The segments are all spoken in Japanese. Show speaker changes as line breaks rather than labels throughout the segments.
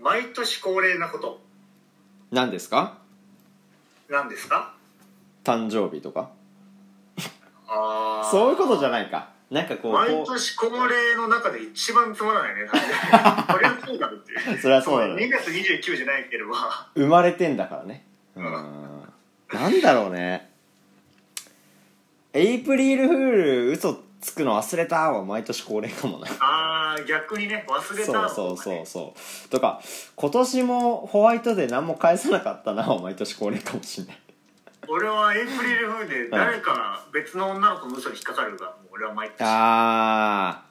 毎年恒例なこと
何ですか
なんですか
誕生日とか
ああ
そういうことじゃないかなんかこう
毎
こ
年恒例の中で一番つまらない ねなんかこれはそうだろうっていう
うそれはそうだ
2
ね
月29じゃないければ
生まれてんだからねうんなんだろうねエイプリルフール嘘つくの忘れたは毎年恒例かもな
ああ逆にね忘れた
そう
の
そうそうそうとか今年もホワイトデー何も返さなかったなは毎年恒例かもしんない
俺はエイプリルフールで誰か別の女の子の嘘に引っかかるがもう俺は毎年
あ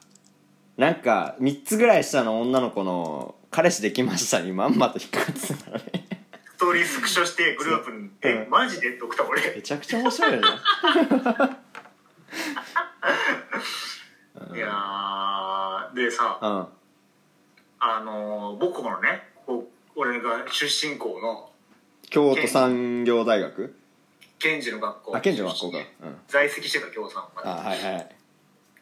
ーなんか3つぐらい下の女の子の「彼氏できました」にまんまと引っかかってたからね
ストーリースクショしてグループに「えマジで?」って送った俺
めちゃくちゃ面白いよね
いやーでさ
うん
あのー母校のねこう俺が出身校の
京都産業大学
賢治の学校
あ賢治の学校かうん
在籍してた京さん
あ
ま
はいはい
で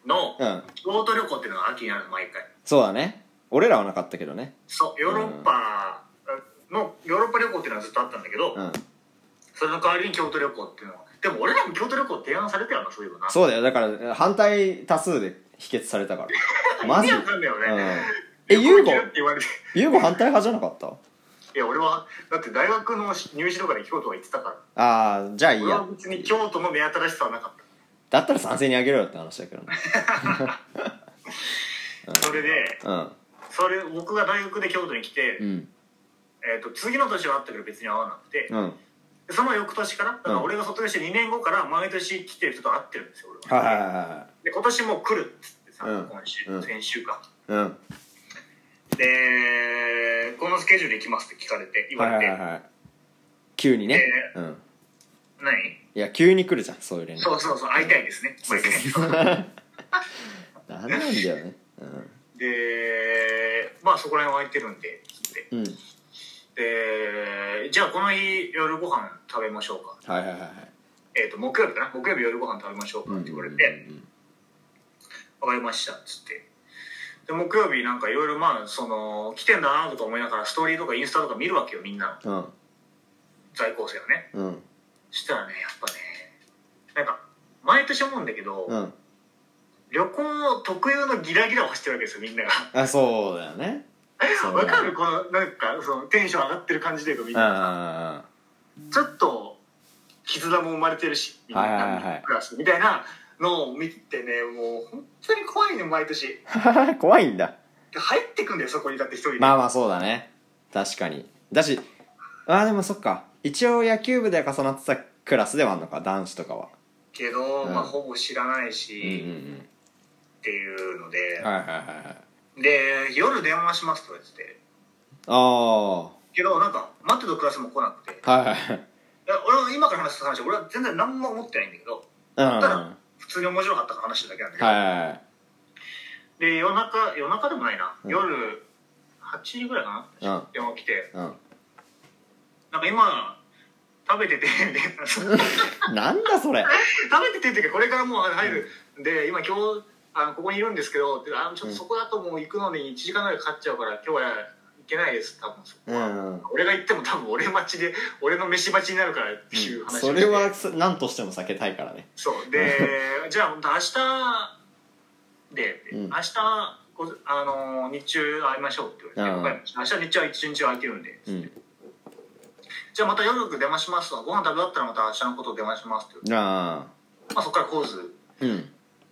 の
うん
京都旅行っていうのが秋にあるの毎回
そうだね俺らはなかったけどね
そうヨーロッパのヨーロッパ旅行っていうのはずっとあったんだけど、
うん
それの代わりに京都旅行っていうのはでも俺らも京都旅行提案されたよなそういえばな
そうだよだから反対多数で否決されたから マジ
意
う
味わかんないよね、
んえ
旅行
ユー
行け
ゴ
るって言われて
ユーゴ反対派じゃなかった
いや俺はだって大学の入試とかで京都は行ってたから
ああじゃあいい
俺
や
は別に京都の目新しさはなかった
だったら賛成にあげろよって話だけどね
それで
うん
それ僕が大学で京都に来て、
うん
えー、と次の年はあったけど別に会わなくて、
うん
その翌年からだから俺が卒業して2年後から毎年来てる人と会ってるんですよ俺
は
は、
いはいはいは
で今年も来るっつってさ、
うん
今週、
うん
先週か
いうん
でこのスケジュール行きますって聞かれて言わ
はい
れ
は
て、
いはいはい急にね、うん
何
いや急に来るじゃんそういう連絡
そうそうそう会いたいですね
そう
毎
そう
回
そう なんなんだよね
でまあそこら辺は空いてるんでつって
うんうん
でじゃあこの日夜ご飯食べましょうか
はいはいはいはい
えっ、と木曜日かな木曜日夜ご飯食べましょうかって言われて、わかりました」っつってで木曜日なんかいろいろまあその来てんだなとか思いながらストーリーとかインスタとか見るわけよみんなの
うん
在校生はね
うん
そしたらねやっぱねなんか毎年思うんだけど、
うん
旅行特有のギラギラを走ってるわけですよみんなが
あそうだよ ねそう
わかるこのなんかそのテンション上がってる感じというかみん
うんうんうん
な、ちょっと絆も生まれてるしみん
はいはいはい
なクラスみたいなのを見てねもう本当に怖いね毎年
うん 怖いんだ
で入ってくんだよそこにだって一人で、
まあまあそうだね確かにだしあーでもそっか一応野球部で重なってたクラスではあんのか男子とかは
けど、
うん
まあほぼ知らないうし、
んうん
っていうので
うん、はいはいはいはい
で夜電話しますとか言ってて
ああは
けどなんか待ってとクラスも来なくてい
いはいはい
や俺は今から話す話俺は全然何も思ってないんだけど
う
た
ん
だ普通に面白かったから話してるだけなんだけど、
は
で夜中夜中でもないな、
うん
夜8時ぐらいか
いうん
な電話来て
う
なんか今食べて てみたいな食べ
んなんだそれ
ててっていうかこれからもう入る、で今今日あのここにいるんですけどってあのちょっとそこだともう行くのに1時間ぐらいかかっちゃうから今日は行けないです多分そこ
うんうん
俺が行っても多分俺待ちで俺の飯待ちになるからっていう話をして
それは何としても避けたいからね
そうで じゃあ本当明日で、
う
明
ん
日ごあのー日中会いましょうって言われ
うん
てわかりました明日日中は一日空いてるんで
うん
じゃあまた夜電話しますわご飯食べ終わったらまた明日のこと電話しますって言われて
あ
まあ、そこからコーズ
あうん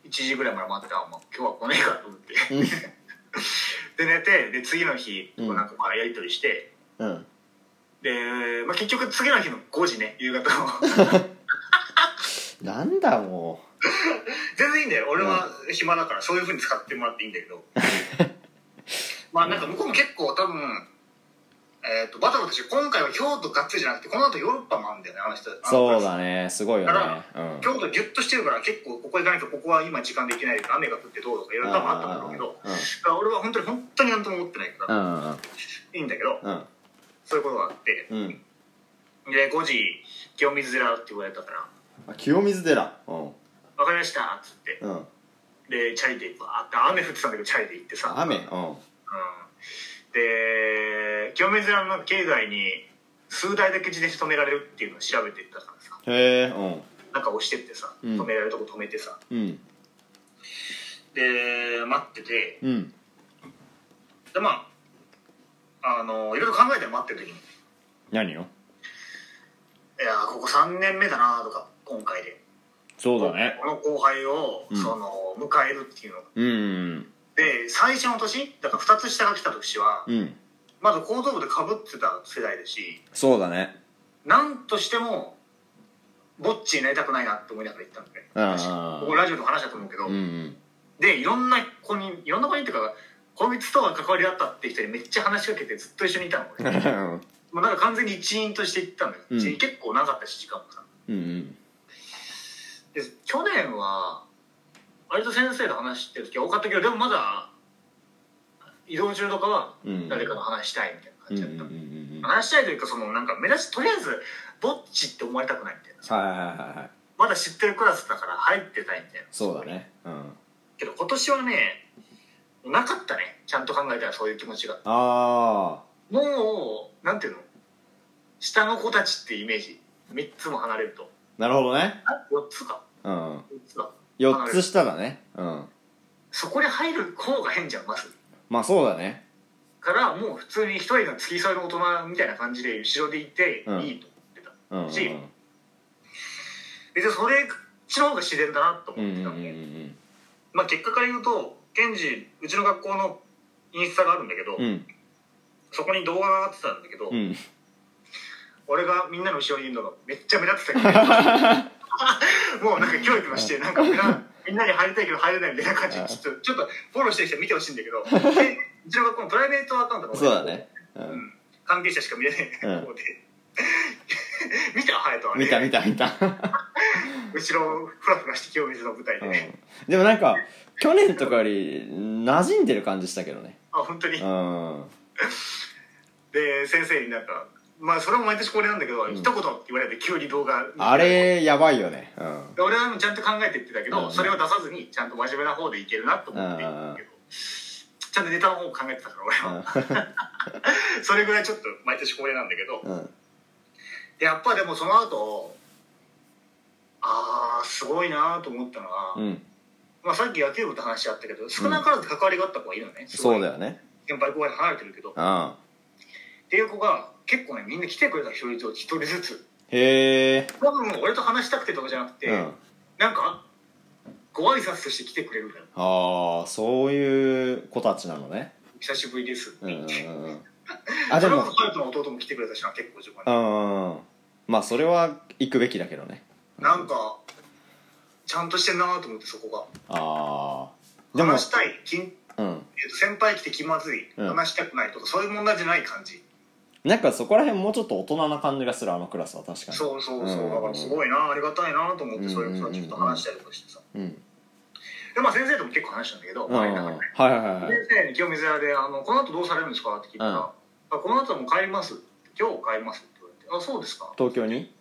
1時ぐらいまで待ってあ、もう今日は来ねえかと思って で寝てで次の日こうなんかまあやり取りして、
うん
で、まあ、結局次の日の5時ね夕方の
なんだも
全然いいんだよ俺は暇だからそういうふうに使ってもらっていいんだけ どまあなんか向こうも結構多分えっ、とバタバタして今回は京都がっつりじゃなくてこの後ヨーロッパもあるんだよねあの人
うそう
あの
だねすごいよねうん
京都ギュッとしてるから結構ここ行かないとここは今時間できない雨が降ってどうとかいろいろ多分あったんだろうけどだから俺は本当に本当になんとも思ってないか
う
ら、
んうん
いいんだけど
うん
そういうことがあって
うん
で5時清水寺って言われたから
あ清水寺うん
「分かりました」っつって
うん
でチャリでバーって雨降ってたんだけどチャリで行ってさ
雨うん
うんでで清水寺の境内に数台だけ自転車止められるっていうのを調べてたからさ
へえうん
なんか押してってさ
うん
止められるとこ止めてさ、
うん
で待ってて
うん
でまああのいろいろ考えて待ってる時に「
何よ
いやーここ3年目だな」とか今回で
そうだね
この後輩を、
うん
その迎えるっていうのが
うん
で最初の年だから2つ下が来た年は、
うん
まず後頭部でかぶってた世代だし
そうだね
なんとしてもぼっちになりたくないなって思いながら行ったんだね私
あー
ここラジオの話だと思うけど、
うんうん
でいろんな子にいろんな子にっていうかこいつとは関わりあったって人にめっちゃ話しかけてずっと一緒にいた の俺
うん
もうなんか完全に一員として行ったんだよ、
うん
一員結構長かったし時間もさ
うん
で去年は割と先生と話してる時は多かったけどでもまだ移動中とかは
うん
誰かと話したいみたいな
う
感
ん
じ
う
だ
ん
っ
う
た、
んうんはい
話したいというかそのなんか目立ちとりあえずぼっちって思われたくないみたいな
はいはいはい
まだ知ってるクラスだから入ってたいみたいな
そうだねうん
けど今年はねなかったねちゃんと考えたらそういう気持ちが
あ
もうなんていうの下の子たちっていうイメージ3つも離れると
あなるほどね
あ4つか
うん
4つか
4つ下だねうん
そこに入る方が変じゃんまず
まあそうだね
からもう普通に一人の付き添いの大人みたいな感じで後ろでいていいと
うん
思ってた、
うんうん
しでそれこっちの方が自然だなと
うんう
思っ
ん
て
うん
た
う
ん
んう
で、
ん
まあ結果から言うとケンジうちの学校のインスタがあるんだけど、
うん
そこに動画が上がってたんだけど、
うん
俺がみんなの後ろにいるのがめっちゃ目立って たけどもうなんか教育もしてなんかみんなみんなに入りたいけど入れないみたいな感じでちょっとちょっとフォローしてる人見てほしいんだけどでうちの学校のプライベートアカウントが
そうだねう
うんん関係者しか見れない
うん
ので 見た隼人はね
見た見た見た
後ろをフラフラして清水の舞台でね、
うんでもなんか去年とかより馴染んでる感じしたけどね
あ本当に、
うん
で先生になんかまあそれも毎年恒例なんだけど、
ん
一言って言われて急に動画
あれやばいよねうん
で俺はもうちゃんと考えてってたけど、
うん
それを出さずにちゃんと真面目な方でいけるなと思っていったけど、ちゃんとネタの方を考えてたから俺は、 それぐらいちょっと毎年恒例なんだけど
うんうん
でやっぱでもその後ああすごいなと思ったのは、
うん
まあ、さっき野球部と話あったけど少なからず関わりがあった子がいるのね、すごい
そうだよね
先輩後輩離れてるけどっ
うん
ていう子が結構ねみんな来てくれた一人ずつ一人ずつ
へえ
多分俺と話したくてとかじゃなくて、
うん
なんかご挨拶として来てくれるのよ
ああそういう子たちなのね
久しぶりですって
うん
言っ
うんう
て、
んうんあで
それ
も
こそハルトの弟も来てくれたしな結構序盤
う
に
んうんうんまあそれは行くべきだけどね
なんかちゃんとしてんなと思ってそこが
ああでも
話したいきん、
うん
えっと先輩来て気まずい、
うん
話したくないとかそういう問題じゃない感じ、
なんかそこら辺もうちょっと大人な感じがするあのクラスは確かに
そうそう
う
そ
ん
うだからすごいなありがたいなと思って、
うん
そういう人たちと話したりとかしてさ
うん
でまあ先生とも結構話したんだけど、
うんは
周
い
りの
は
中
い
で
はいはい
先生に清水屋であの「この後どうされるんですか?」って聞いた
うん
ら「あこの後はもう帰ります」「今日帰ります」って言われて「あそうですか
東京に」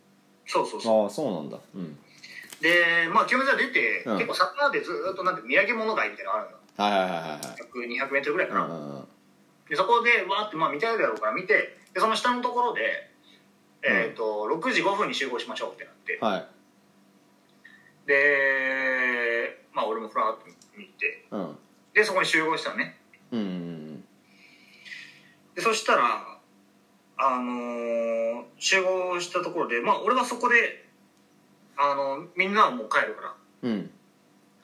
そうそうそう
ああそうなんだうん
でまあ清水屋出て、
うん
結構魚でずーっとなんて土産物街みたいなのあるのよ
はいはいはいはいはい
100200メートルぐらいかな、
うん
でそこでわーってまあ見たいだろうから見てでその下のところで、えっと6時5分に集合しましょうってなって、
はい
でまあ俺もふらーっと見て
うん
でそこに集合したのね
うんうん
でそしたらあのー集合したところでまあ俺はそこであのみんなはもう帰るから、
うん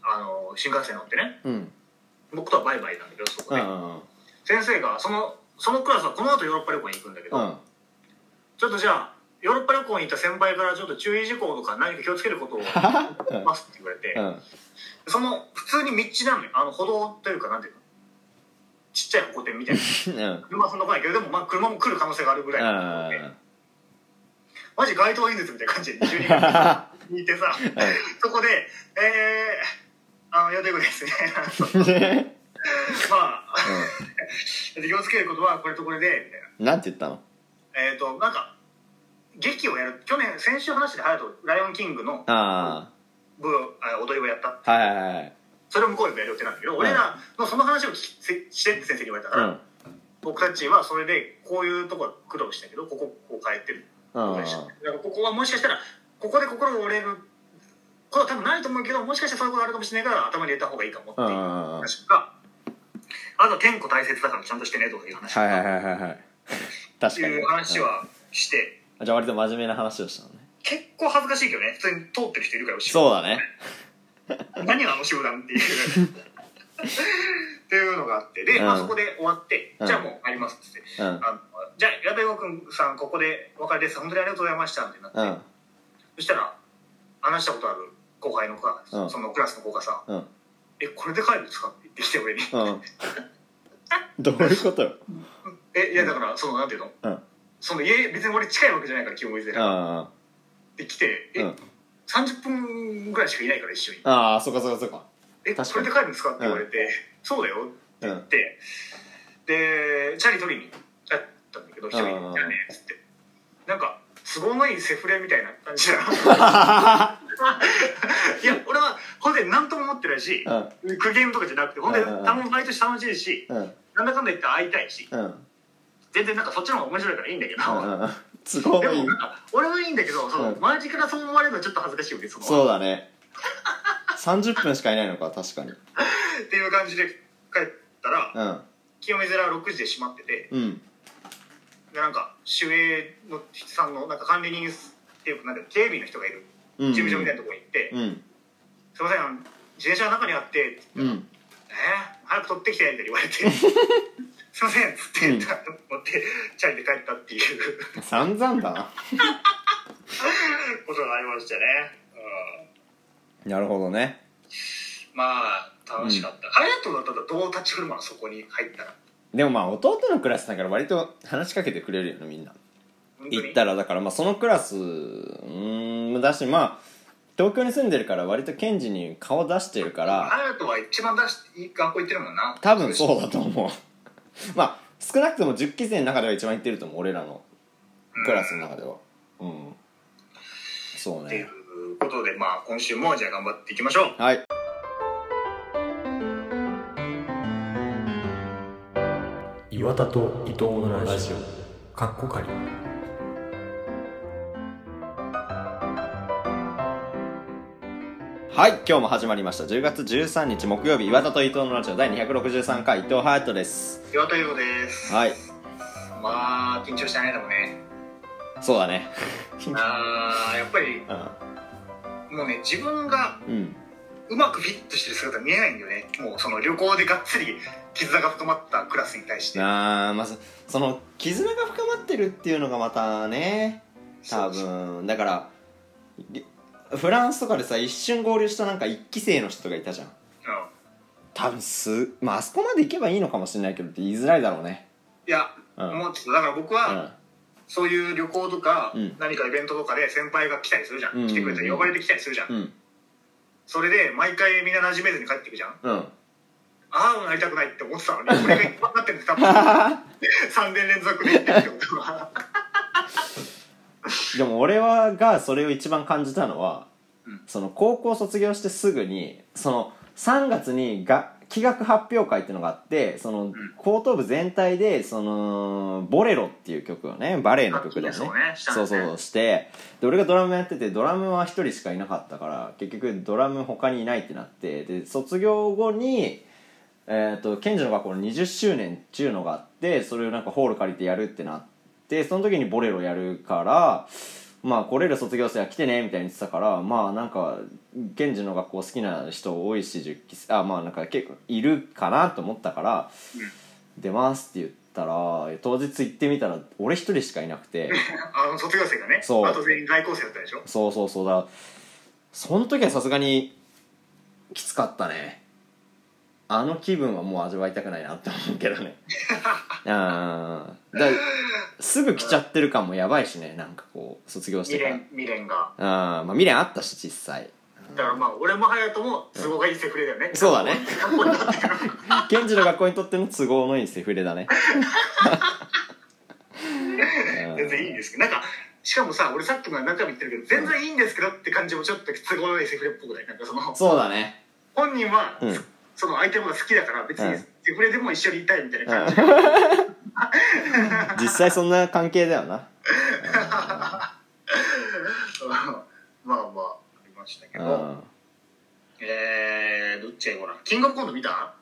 あの新幹線乗ってね
うん
僕とはバイバイなんだけどそこ
うんう
で、
ん
先生がそのそのクラスはこの後ヨーロッパ旅行に行くんだけど、
うん
ちょっとじゃあヨーロッパ旅行に行った先輩からちょっと注意事項とか何か気をつけることをますって言われて、
うん
その普通に道なのよあの歩道というかなんていうのちっちゃい歩行店みたいな
うん
車はそんな来ないけどでもまあ車も来る可能性があるぐらいのところでマジ街頭演説みたいな感じで12人にいてさそこで「えー、あの予定後ですね」 まあ気をつけることはこれとこれでみたいな
なんて言ったの
えっ、ー、となんか劇をやる去年先週話して隼人「ライオンキング」の
あ
舞あ踊りをやった
あはいはいはい
それを向こうでやる予定なんだけど、
ん
俺らのその話を聞きせしてって先生に言われたから、
うん
僕たちはそれでこういうとこは苦労したけどこここう変えてる
うん
だからここはもしかしたらここで心折れることは多分ないと思うけどもしかしたらそういうことあるかもしれないから頭に入れた方がいいかもっていう
うん
話とかあとは天子大切だからちゃんとしてねとかいう話と
はいはい
か
はいはいはい確かに
いう話はして
うんじゃあ割と真面目な話をしたのね
結構恥ずかしいけどね普通に通ってる人いるから後ろ
そうだね
何があの集団っていうっ ていうのがあってで、ま
う
あ、
ん
そこで終わって、
うん
じゃあもうありますっつって
うん
あのじゃあ矢部悟君さんここでお別れです本当にありがとうございましたってなって、
うん
そしたら話したことある後輩の子が、
うん
そのクラスの子がさ
うん
「えこれで帰るんですか?」って言ってきて俺に
うんどういうことよ
「えいやだからそのなんていうの、
うん
その家別に俺近いわけじゃないから基本お店
う
で」
んうん
で来て「え、
うん
30分ぐらいしかいないから一緒に
ああそっかそっかそっか
え
確
そ
か
れ
に
で帰るんですか?」って言われて「そうだよ」
うん
って言って、でチャリ取りに行っったんだけど一人
うんうんうん
じゃあねっつってなんか都合のいいセフレみたいな感じだ いや俺はほんで何とも思ってないし
うん
苦言とかじゃなくてほんで
うんうんうん
多分毎年楽しいし
うん
なんだかんだ言って会いたいし
うん
全然なんかそっちの方が面白いからいいんだけど、
うんうん都 合
で
がい
も
い
なんか俺はいいんだけどその、
うん
周りからそう思われるのはちょっと恥ずかしいよねその
そうだね30分しかいないのか確かに
っていう感じで帰ったら
うん
清水寺は6時で閉まってて。
うん
でなんか守衛のさんのなんか管理人っていうかなんか警備の人がいる
うん
事務所みたいなところに行って「
うん
すいませんあの自転車の中にあって」って
う
言ったら
ん
えー早く取ってきて」って言わ れて「すいません」っつって、
うん
持ってチャリで帰ったって いう
散々だな
ことがありましたね、
なるほどね
うん、まあ楽しかった、あれだとだったらどう立ち振る舞うのそこに入ったら
でもまあ弟のクラスだから割と話しかけてくれるよねみんな
本当
行っ
に
たらだからまあそのクラスうーんだしまあ東京に住んでるから割とケンジに顔出してるから
あれだとは一番出していい学校行ってるもんな
多分そうだと思う まあ少なくとも10期生の中では一番行ってると思う俺らのクラスの中ではうんそう
ってい
ね
うことでまあ今週もじゃあ頑張っていきましょう
はい
岩田と伊藤のラジオかっこかり
はい今日も始まりました10月13日木曜日岩田と伊藤のラジオ第263回伊藤隼人です
岩田洋です
はい
まあ緊張したねでもね
そうだね
あーやっぱり
う
もうね自分が
んうん
うまくフィットしてる姿見えないんだよねもうその旅行でがっつり絆が深まったクラスに対して
あーまあそその絆が深まってるっていうのがまたね多
そう
分だからりフランスとかでさ一瞬合流したなんか一期生の人がいたじゃん
そううん
多分すまああそこまで行けばいいのかもしれないけどって言いづらいだろうね
いや
うんうん
思ってただから僕はそういう旅行とか
うん
何かイベントとかで先輩が来たりするじゃ
うん
ん来てくれたり呼ばれてきたりするじゃん
うん
それで毎回みんな馴染めずに帰ってくじゃん
うん
ああなりたくないって思ってたのにこれが一番なってるんで多分3年連続で言ってるってことは
でも俺はがそれを一番感じたのは、
うん
その高校卒業してすぐにその3月にが企画発表会っていうのがあってその、後頭部全体でその「ボレロ」っていう曲をねバレエの曲だよね
そうねしたんだ
そう
ね
そうそうしてで俺がドラムやっててドラムは1人しかいなかったから結局ドラム他にいないってなってで卒業後にえっ、と賢治の学校の20周年っていうのがあってそれをなんかホール借りてやるってなってその時にボレロやるからまあ来れる卒業生は来てねみたいに言ってたからまあなんか賢治の学校好きな人多いし10期生あまあなんか結構いるかなと思ったから「出ます」って言ったら当日行ってみたら俺一人しかいなくて。
あの卒業生がね
そう
あと全員外交生だったでしょ
そうそうそうだその時はさすがにきつかったねあの気分はもう味わいたくないなって思うけど ねうんだすぐ来ちゃってる感もやばいしねなんかこう卒業して
未
から
練未練が
あまあ未練あったし実際
だからまあ俺も隼人も都合がいいセフレだよね、
そうだね
学校になってる
賢治の学校にとっての都合のいいセフレだねうん
全然いいんですけどなんかしかもさ俺さっきも何回も言ってるけど全然いいんですけどって感じもちょっと都合のいいセフレっぽくないなんかその
そうだね
本人は、
うん
その相手の方が好きだから別
う
に
ん
セフレでも一緒にいたいみたいな感じ、
実際そんな関係だよな
まあまあありましたけ
う
ど
ん
えー、どっちがいいかなキングオブコント見た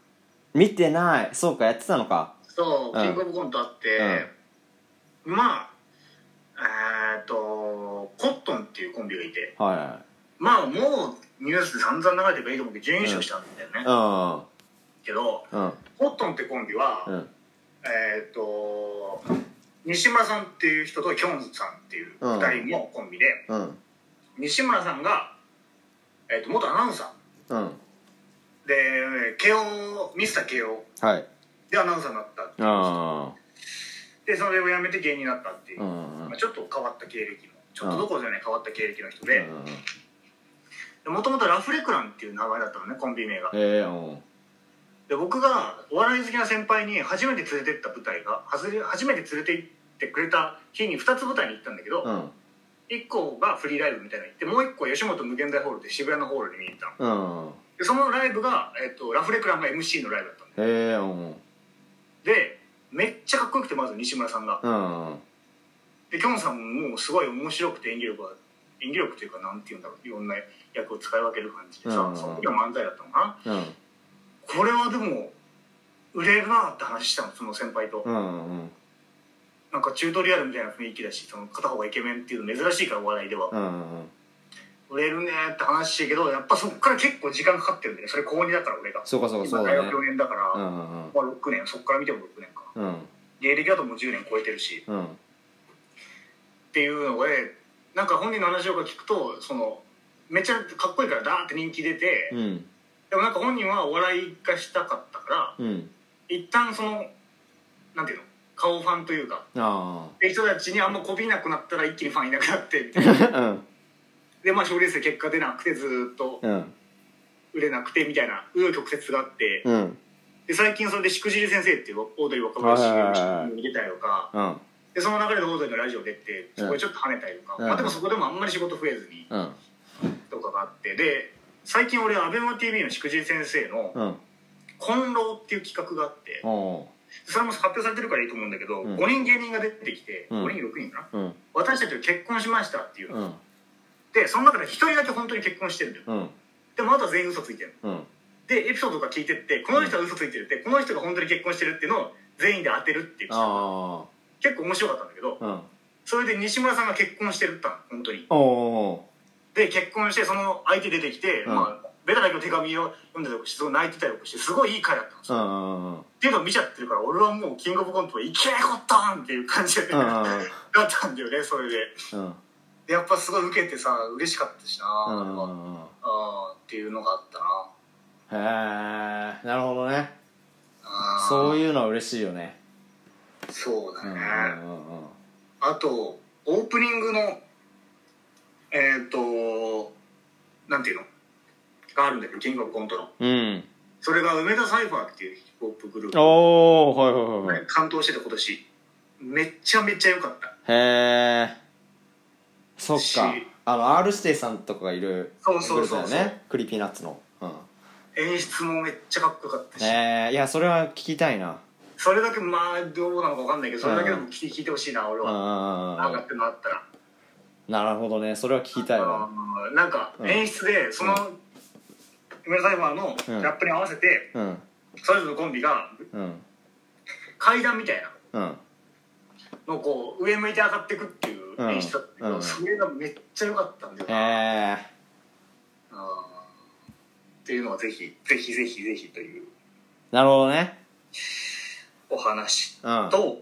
見てないそうかやってたのか
そう、
うん
キングオブコントあって、まあえっとコットンっていうコンビがいて
はいは
まあもうニュースで散々流れてればいいと思って準優勝したんだよね、
い
けど
うんうん
コットンってコンビは、
うん
えっと西村さんっていう人とキョンさんっていう2人もコンビで、
うん
西村さんが、えっと元アナウンサ
うん
ーで慶応ミスター慶応
はい
でアナウンサーになったっていう
あ
でそれを辞めて芸人になったっていう
あう、んうん
まあ、ちょっと変わった経歴のちょっとどころじゃない変わった経歴の人でもともとラフレクランっていう名前だったのねコンビ名が
ええうん
で僕がお笑い好きな先輩に初めて連れてった舞台がはずれ初めて連れて行ってくれた日に2つ舞台に行ったんだけど、
うん
1個がフリーライブみたいなの行ってもう1個は吉本無限大ホールで渋谷のホールで見に行ったの
うん
でそのライブが、えっとラフレクランが MC のライブだったの
ええうん
でめっちゃかっこよくてまず西村さんが
うん
できょんさんももうすごい面白くて演技力が演技力というかなんていうんだろういろんな役を使い分ける感じでさ、
うん
その時は漫才だったのかな
うん
これはでも売れるなって話したのその先輩と、
うんうん
なんかチュートリアルみたいな雰囲気だしその片方がイケメンっていうの珍しいからお笑いでは、
うん
売れるねって話してるけどやっぱそっから結構時間かかってるんだよねそれ高2だから俺が
そうかそうかそ
今
う
大
だ
学
ね
4年だから、
う
ま
んうん
あ、6年そっから見ても6年か
うん
芸歴だともう10年超えてるし
うん
っていうのでなんか本人の話を聞くとそのめっちゃかっこいいからダーって人気出て、
うん
でもなんか本人はお笑いがしたかったから
うん
一旦そのなんていうの顔ファンというか
あ
って人たちにあんまこびなくなったら一気にファンいなくなってみたいな
あうん
でまあ賞レースで結果出なくてずーっと
うん
売れなくてみたいな紆余曲折があって
うん
で最近それで「しくじり先生」っていうオードリー若林
はいはいはいはい
に出たりとか
うん
でその流れでオードリーのラジオ出てそこでちょっと跳ねたりとか、
うん
まあ、でもそこでもあんまり仕事増えずに
うん
とかがあってで最近俺アベマ t v のしくじり先生の
うん
「混浪」っていう企画があって
おう
それも発表されてるからいいと思うんだけど、
うん
5人芸人が出てきて
うん
5人6人かな、
うん
私たちと結婚しましたっていう、
うん
でその中で1人だけ本当に結婚してるんだよ
うん
でもあとは全員嘘ついてる
うん
でエピソードとか聞いてってこの人は嘘ついてるってこの人が本当に結婚してるっていうのを全員で当てるっていう企画
あ
結構面白かったんだけど
あうん
それで西村さんが結婚してるったの本当に
おお
で結婚してその相手出てきて、
うん
まあベタだけど手紙を読んだりとかしてすごい泣いてたりとかしてすごいいい回だったんです
う
よ、
んうん
っていうのを見ちゃってるから俺はもうキングオブコントはいけよかったんっていう感じで、
うんうんう
だ
ん
ったんだよねそれで
うん
でやっぱすごい受けてさ嬉しかったしな
う
あ
んうんうん
あーっていうのがあったな
へえなるほどね
あー
そういうのは嬉しいよね
そうだ
う
ね
ん、うんうん
あとオープニングのえっ、となんていうのがあるんだけどキングオブコントの
うん
それが梅田サイファーっていうヒップホップグループ
おおはいはいはいはい
ね担当してて今年めっちゃめちゃ良かった
へえそっ
し
かあの R 指定さんとかがいる
そうそうそうそう
グループだよねクリピーナッツのうん
演出もめっちゃかっこよかったし、
えー、いやそれは聞きたいな
それだけまあどうなのか分かんないけどそれだけでも聞い聞いてほしいな俺
うんう
は上
んうんう
がってもらったら
んなるほどねそれは聞きたいわ
あーなんか
うん
演出でその梅田サイファーの
うん
ラップに合わせて
うん
それぞれのコンビが
うん
階段みたいな
うん
のをこう上向いて上がっていくっていう演出だったけど、
うん
それがめっちゃ良かったんだよ
へ
な、
え
あーっていうのはぜひぜひぜひぜひという
なるほどね
お話
うん
と、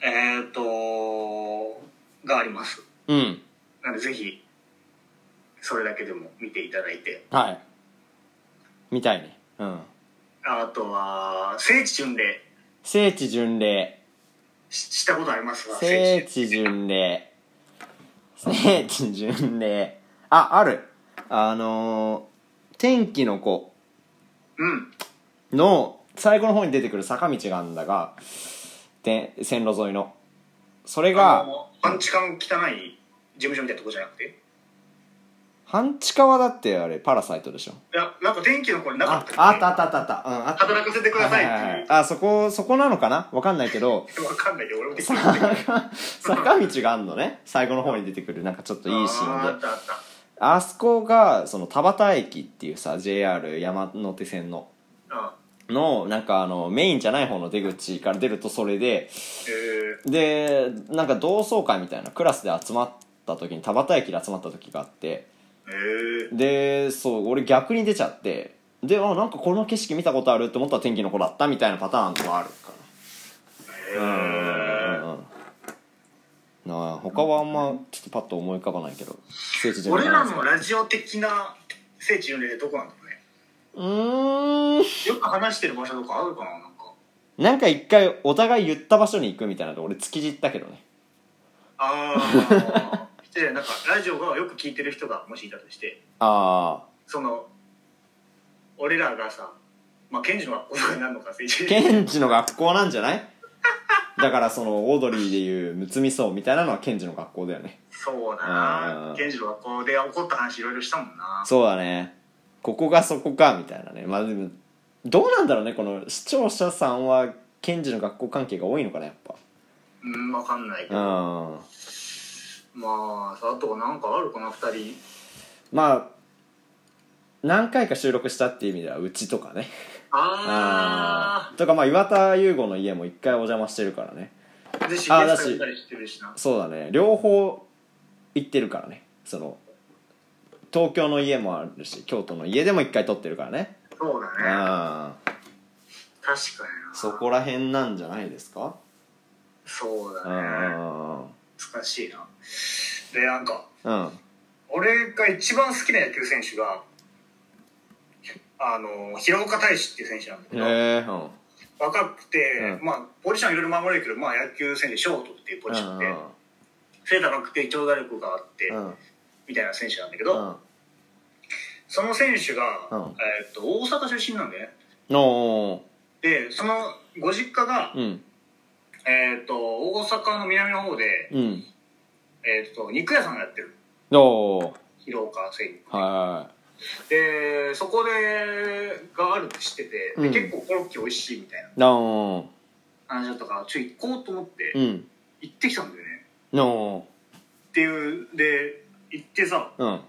えっ、とがあります
うん
なのでぜひそれだけでも見ていただいて
はいみたいねうん
あとは聖地巡礼
聖地巡礼
ししたことありますか
聖地巡礼聖地巡礼ああるあのー天気の子
うん
の最後の方に出てくる坂道があるんだがで線路沿いのそれ
あ
が
のパンチ感汚い事務所みたいなとこじゃなくて
半地下はだってあれパラサイトでしょ
いやなんか電気の子になか
あ
ったっけ
あったあったあったあった、うん、あった
働かせてくださいって
はいはい
い
はいあそこそこなのかなわかんないけど
う わかんないけど俺もでき
さ
なかった
坂道があんのね最後の方に出てくるなんかちょっといいシ
あ
ー
あ
ン
っ
で
たあった
あそこがその田端駅っていうさ JR 山手線の
うん
のなんかあのメインじゃない方の出口から出るとそれで
え
でなんか同窓会みたいなクラスで集まった時に田端駅で集まった時があって
ー、えー、
でそう俺逆に出ちゃってであなんかこの景色見たことあるって思ったら天気の子だったみたいなパターンもあるか
え
らうんうん
ー
うんなあ他はあんまちょっとパッと思い浮かばないけど聖地巡礼
俺
な
ら
んです
の
か
ラジオ的な聖地巡礼でどこなんだろうね
うーん
よく話してる場所とかあるかななんか
なんか一回お互い言った場所に行くみたいなので俺築地行ったけどね
ああでなんかラジオがよく聞いてる人がもしいたとして
あ
その俺らがさまあ検事の学校になるのか聖地
あ
巡礼
ケンジの学校なんじゃないだからそのオードリーでいうむつみそうみたいなのはケンジの学校だよね
そうだ
あ
な
ー
検事の学校で起こった話いろいろしたもんな
そうだねここがそこかみたいなねまあでもどうなんだろうねこの視聴者さんは検事の学校関係が多いのかなやっぱ
うんわかんないけ
う
ど
ん
まあさあとはなんかあるかな二人
まあ何回か収録したっていう意味ではうちとかね
あ
うんとかまあ岩田優吾の家も一回お邪魔してるからね
あでし
あ
あ
ーだ
だ
し
しったりしてるしな
そうだね両方行ってるからねその東京の家もあるし京都の家でも一回撮ってるからね
そうだね
うん
確かにな
そこら辺なんじゃないですか
そうだ
う
ね
ん
難しいなでなんか
うん
俺が一番好きな野球選手があの平岡大志っていう選手なんだけ
へ
ど
えうん
若くて、
う
まあ、ポジションいろいろ守れるけど、まあ、野球選手ショートっていうポジションで、
う
背高くて長打力があって、
んうん
みたいな選手なんだけ
う
ど、
ん
その選手が、
うん
えーっと大阪出身なんだよね
おー
でそのご実家が、
うん
えーっと大阪の南の方で、
うん
えーっと肉屋さんがやってる
おー
広岡製肉
は
でそこでがあるって知ってて、で
うん
結構コロッケ美味しいみたいない
はいお
話だったからちょっと行こうと思って
ーうん
行ってきたんだよね、
お
っていうで行ってさ
ーうん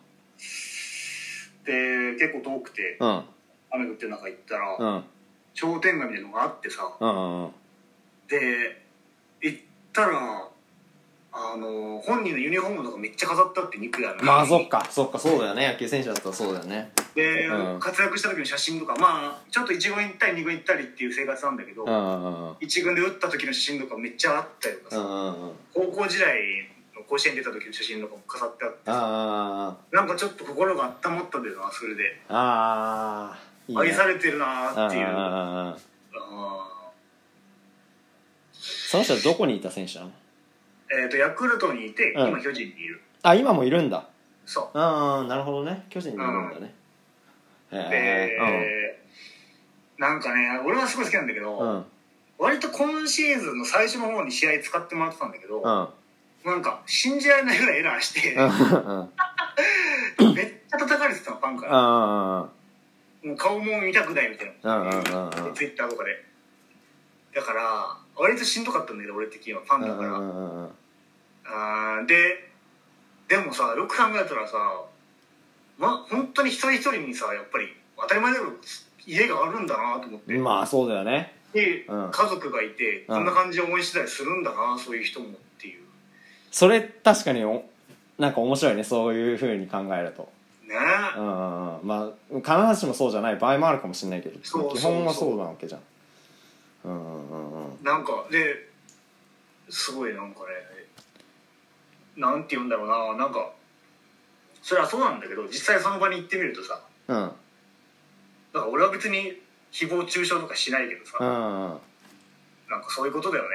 で結構遠くて
うん
雨降ってる中行ったら、
うん
商店街みたいなのがあってさ
うん
で行ったらあの本人のユニフォームとかめっちゃ飾ったって肉やな
まあそっかそっかそうだよね野球選手だったらそうだよね
で、
うん
活躍した時の写真とかまあちょっと1軍行ったり2軍行ったりっていう生活なんだけど、
うんうんうん
一1軍で打った時の写真とかめっちゃあったりとか
うん
さ、
うんうん
高校時代の甲子園出た時の写真とかも飾ってあって
あ
なんかちょっと心が温まったんだよなそれで
ーあーいいね
愛されてるなーっていう
うんうん
あ
うんうん
あ
その人はどこにいた選手なの
えー、とヤクルトにいて
うん
今巨人にいる、
あ今もいるんだ
そ
うんうんなるほどね巨人にいるんだね
う
へ
で、
え
なんかね俺はすごい好きなんだけど、
うんうん
割と今シーズンの最初の方に試合使ってもらってたんだけど、
うん
なんか信じられないぐらいエラーして、
うんうん
めっちゃ叩かれてたのファンから、
あ
もう顔も見たくないみたいな、
うんうんうんうん
ツイッターとかでだから割としんどかったんだけど俺的にはファン
あ
だから、
あ
あーででもさよく考えたらさま本当に一人一人にさやっぱり当たり前だけど家があるんだなと思って、
まあそうだよね
で
うん
家族がいて
うん
こんな感じで応援してたりするんだなそういう人もっていう
それ確かにおなんか面白いねそういうふうに考えると
ね
うんうんうんまあ必ずしもそうじゃない場合もあるかもしれないけど
そうそうそう
基本はそうなわけじゃんうんうんうんうん
なんかですごいなんかねなんて言うんだろうななんかそれはそうなんだけど実際その場に行ってみるとさ
うん
だから俺は別に誹謗中傷とかしないけどさ、
うんうん
なんかそういうことだよね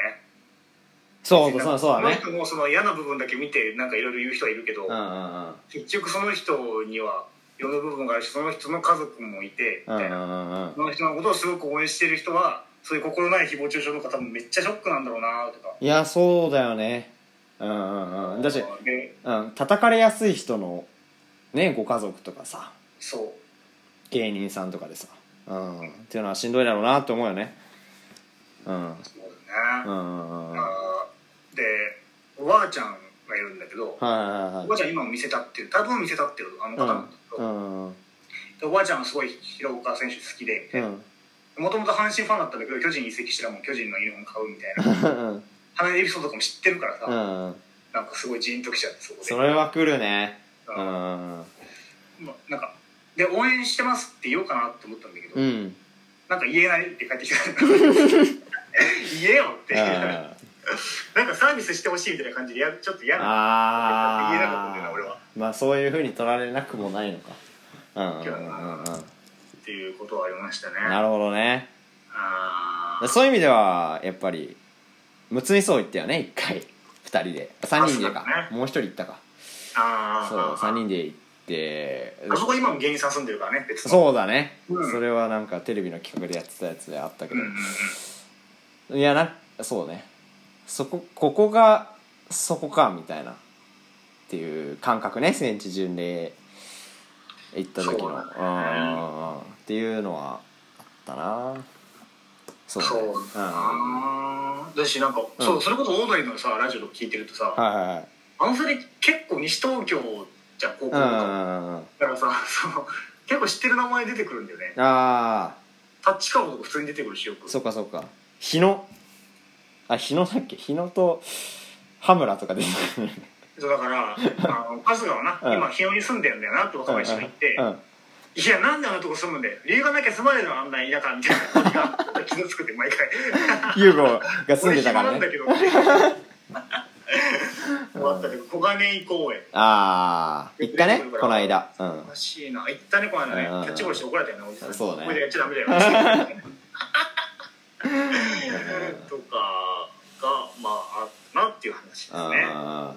そうそうそうそうだね
この人もその嫌な部分だけ見てなんかいろいろ言う人はいるけど、
うんうんうん
結局その人には世の部分があるしその人の家族もいて
う
み
んう
た
ん
いな、
うんうん
その人のことをすごく応援してる人はそういう心ない誹謗中傷とか多分めっちゃショックなんだろうなとか
いやそうだよねうんうんうんだし、
で
うん、叩かれやすい人のねご家族とかさ
そう
芸人さんとかでさ、うん、っていうのはしんどいだろうなって思うよねうん
そうだね、
うんうんうんはい
あーでおばあちゃんがいるんだけど、
はいはい
おばあちゃん今も見せたっていう多分見せたっていうあの方なんだけ
う
ど、
んうん
でおばあちゃんはすごい広岡選手好きで
うん
もともと阪神ファンだったんだけど巨人に移籍したらもう巨人のユニフォーム買うみたいな
うん
話エピソードとかも知ってるからさ、
うん
なんかすごいジーンときちゃってそこで
それは来るねう
うん
ん
まあなんかで応援してますって言おうかなって思ったんだけど、
うん
なんか言えないって帰ってきた 言えよってなん
あ
かサービスしてほしいみたいな感じでやちょっと嫌な
あ
言えなかったんだよな俺は
まあそういうふうに取られなくもないのかうんうんうんうん
っていうことはありましたね
なるほどね
あー
そういう意味ではやっぱりむつみそう言ったよね一回二人で三人でか
あそうだね
もう一人行ったか
あー
そう三人で行って
あそこ今も芸人さん住んでるからね別の
そうだね、
うん
それはなんかテレビの企画でやってたやつであったけ
うん
ど
うん、うん
いやなそうねそこここがそこかみたいなっていう感覚ね聖地巡礼行った時の
そう
う
だ
ん
ね
っていうのはあったなそうだね
そう
うんは
あーだしなんか、そうそれこそオードリーのさラジオとか聞いてるとさ、
いはいはい
あの二人結構西東京じゃん高校と
う
か、
んうんうん
だからさ その結構知ってる名前出てくるんだよね
ああ
タッチカーとか普通に出てくるしよく
そうかそうか日野あ日野だっけ日野と羽村とか出てくる
そうだ からあの春日はな、
うん
今日野に住んでんだよなって若林が言って、
うんうん
いやなんであんなとこ住むんだよ理由がなきゃ住まれるのあんな田舎みたいなことが 傷つくって毎回
ユーゴが住ん
俺
でた
暇
か
な
ら
ん
ね
だけど終 わったけど小金井公園
ああ行ったねこの間うん
おかしいな行ったねこの間ね
うんうんうん
キャッチボールして怒られたよねおじさん
そうね
これでやっちゃダメだよとかがまああったなっていう話ですね
あ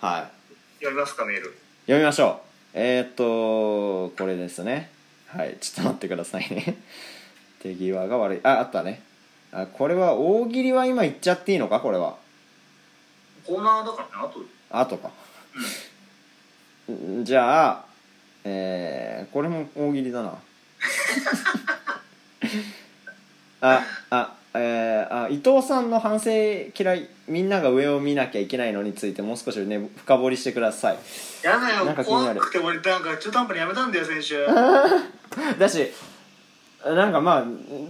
ーはい
読みますかメール
読みましょうえー、っとこれですねはいちょっと待ってくださいね 手際が悪いああったねあこれは大喜利は今言っちゃっていいのかこれは
コーナーだからねあと
あとかんじゃあえー、これも大喜利だなああえー、あ伊藤さんの反省嫌いみんなが上を見なきゃいけないのについてもう少しね深掘りしてください
やだ
なんか
よ
気にな
怖
る
くて俺なんか中途半端にやめたんだよ先週
だしなんかまあ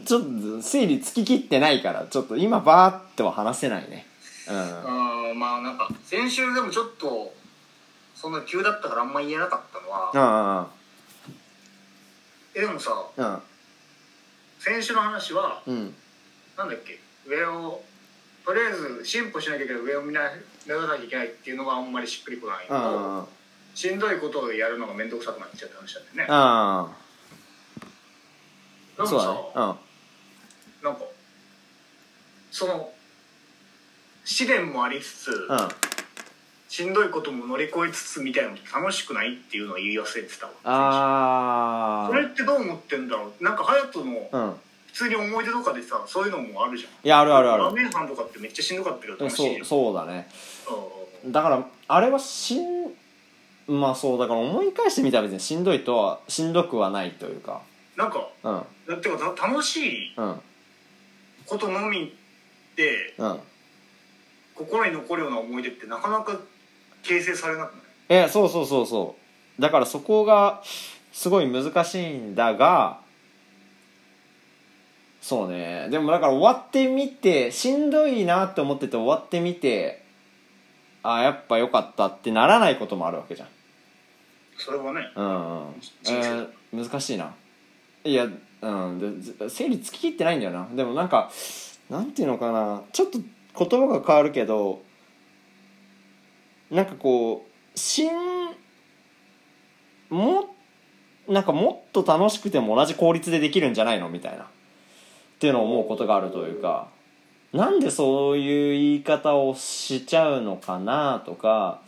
ちょっと整理つききってないからちょっと今バーっては話せないねうん
うんまあなんか先週でもちょっとそんな急だったからあんま言えなかったのは
うん
えでもさ
うん
先週の話は
うん
なんだっけ上をとりあえず進歩しなきゃいけない上を見な目指さなきゃいけないっていうのがあんまりしっくりこない
うんう
のと
ん
しんどいことをやるのが面倒くさくなっちゃった話なんだよねで
うん
も
そうだ
さ
ねうん
なんかその試練もありつつ、
うん
しんどいことも乗り越えつつみたいなのって楽しくないっていうのを言い忘れてたわ
あ
それってどう思ってんだろうなんか隼人の
あうん
普通に思い出とかでさそういうのもあるじゃん
いやあるあるあ
ラー
る
メン飯とかってめっちゃしんどかったけど楽しい
そ
じゃ
うんそうだね
うん
だからあれはしんまあそうだから思い返してみたら別にしんどいとはしんどくはないというか
なんか
うん
だってかた楽しい
うん
ことのみで
うん
心に残るような思い出ってなかなか形成されなくない
えそうそうそうそうだからそこがすごい難しいんだがそうねでもだから終わってみてしんどいなって思ってて終わってみてあやっぱ良かったってならないこともあるわけじゃん
それはね
うんうん、え
人生
ー難しいないやうんで整理つききってないんだよなでもなんかなんていうのかなちょっと言葉が変わるけどなんかこうしんもなんかもっと楽しくても同じ効率でできるんじゃないのみたいなっていうのを思うことがあるというかなんでそういう言い方をしちゃうのかなとか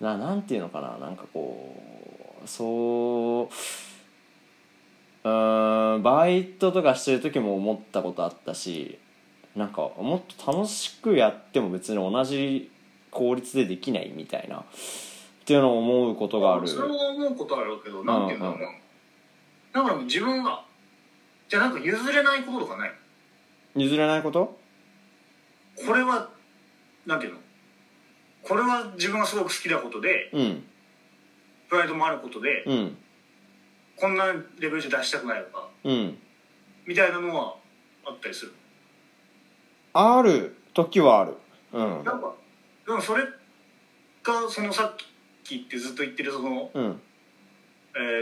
ななんていうのかななんかこうそううーんバイトとかしてる時も思ったことあったしなんかもっと楽しくやっても別に同じ効率でできないみたいなっていうのを思うことがある
それも思うことあるけどなんていうんだろうな、だからもう自分がじゃあなんか譲れないこととかない
譲れないこと
これはなんていうのこれは自分がすごく好きなことで
うん
プライドもあることで、
うん
こんなレベルじゃ出したくないとか
うん
みたいなのはあったりする
ある時はあるうん
なんかでもそれがそのさっきってずっと言ってるその
うん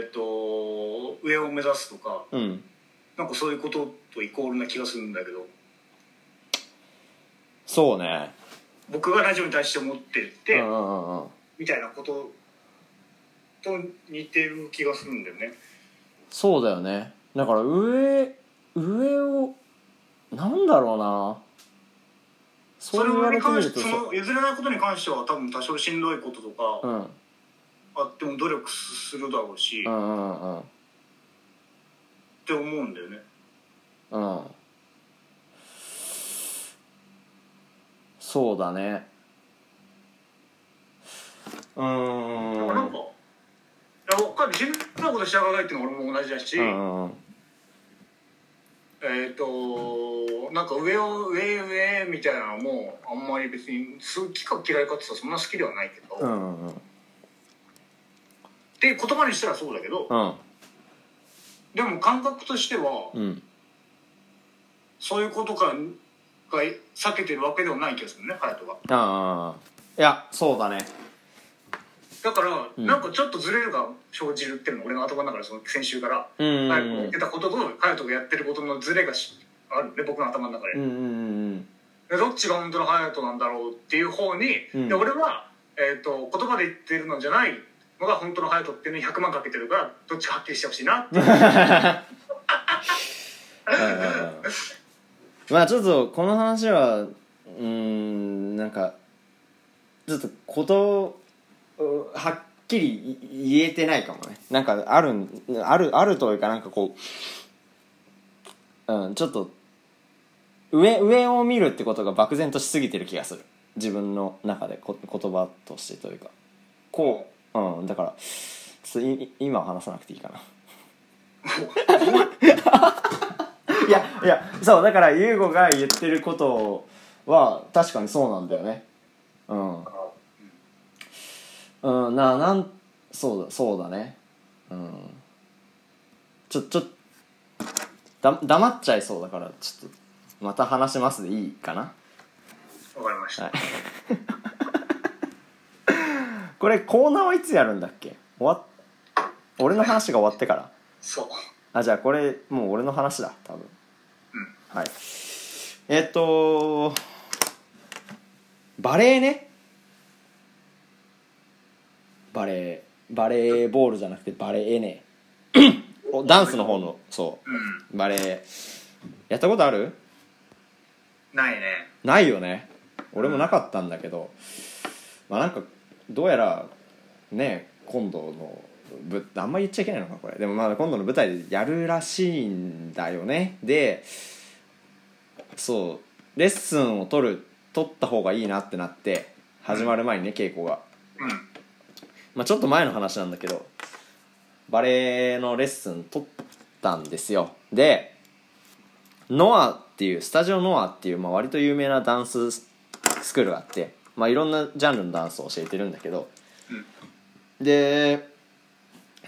えっ、と上を目指すとか
うん
なんかそういうこととイコールな気がするんだけど
そうね
僕がラジオに対して思って
う
て、
んうんうんうん
みたいなことと似てる気がするんだよね
そうだよねだから上上をなんだろうなそう言われてみると
それに関しその譲れないことに関しては多分多少しんどいことと
う
か
んうん
あっても努力するだろうし、
う
っ
んうんうん
て思うんだよね
うんそうだねうーん
なんかいや分かるしんどいことしてやらないっていうのは俺も同じだし、
うんうん
えっ、となんか上を上上みたいなのもあんまり別に好きか嫌いかって言ったらそんな好きではないけど、
う
っ
んうん
ていう言葉にしたらそうだけど、
うん
でも感覚としては、
うん
そういうことからが避けてるわけではない気がするね隼人が
ああいやそうだね
だから、
うん
なんかちょっとずれが生じるっていうのが俺の頭の中でその先週から
うんうん
隼人が言ってたことと隼人がやってることのずれがしあるね僕の頭の中で,
うんう
で、
んうん
どっちが本当の隼人なんだろうっていう方に、
うん
で俺は、えー、と言葉で言ってるのじゃないのが本当の隼人っていうのに100万かけてるからどっちかはっきりしてほしいな っていう
まあちょっとこの話はうーんなんかちょっとことうはっきりい言えてないかもねなんかあるんあるあるというかなんかこう、うん、ちょっと上上を見るってことが漠然としすぎてる気がする自分の中でこ言葉としてというかこう、うん、だからちょっとい今は話さなくていいかないやいやそうだから優吾が言ってることは確かにそうなんだよねうんうんななんそうだそうだねうんちょちょだ黙っちゃいそうだからちょっとまた話しますでいいかな
わかりました、
はいこれコーナーはいつやるんだっけ終わっ俺の話が終わってから
そう
あじゃあこれもう俺の話だ多分
うん
はいえっとバレーねバレーバレーボールじゃなくてバレ ーねおダンスの方のそ
うん
うバレーやったことある
ないね
ないよね俺もなかったんだけどまあなんかどうやらね今度のぶあんま言っちゃいけないのかこれでもまあ今度の舞台でやるらしいんだよねでそうレッスンを取る取った方がいいなってなって始まる前にね稽古が、
うん
まあ、ちょっと前の話なんだけどバレエのレッスン取ったんですよでノアっていうスタジオノアっていう、まあ、割と有名なダンススクールがあって、まあ、いろんなジャンルのダンスを教えてるんだけど、で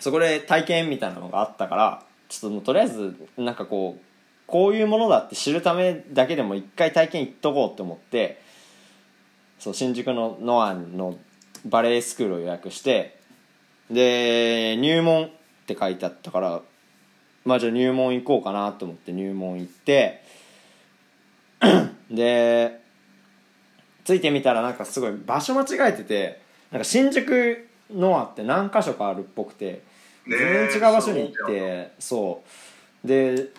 そこで体験みたいなのがあったからちょっともうとりあえずなんかこうこういうものだって知るためだけでも一回体験行っとこうって思ってそう新宿のノアのバレエスクールを予約してで入門って書いてあったからまあじゃあ入門行こうかなと思って入門行って でついてみたらなんかすごい場所間違えててなんか新宿ノアって何箇所かあるっぽくて
ね
全
え
然違う場所に行ってそうで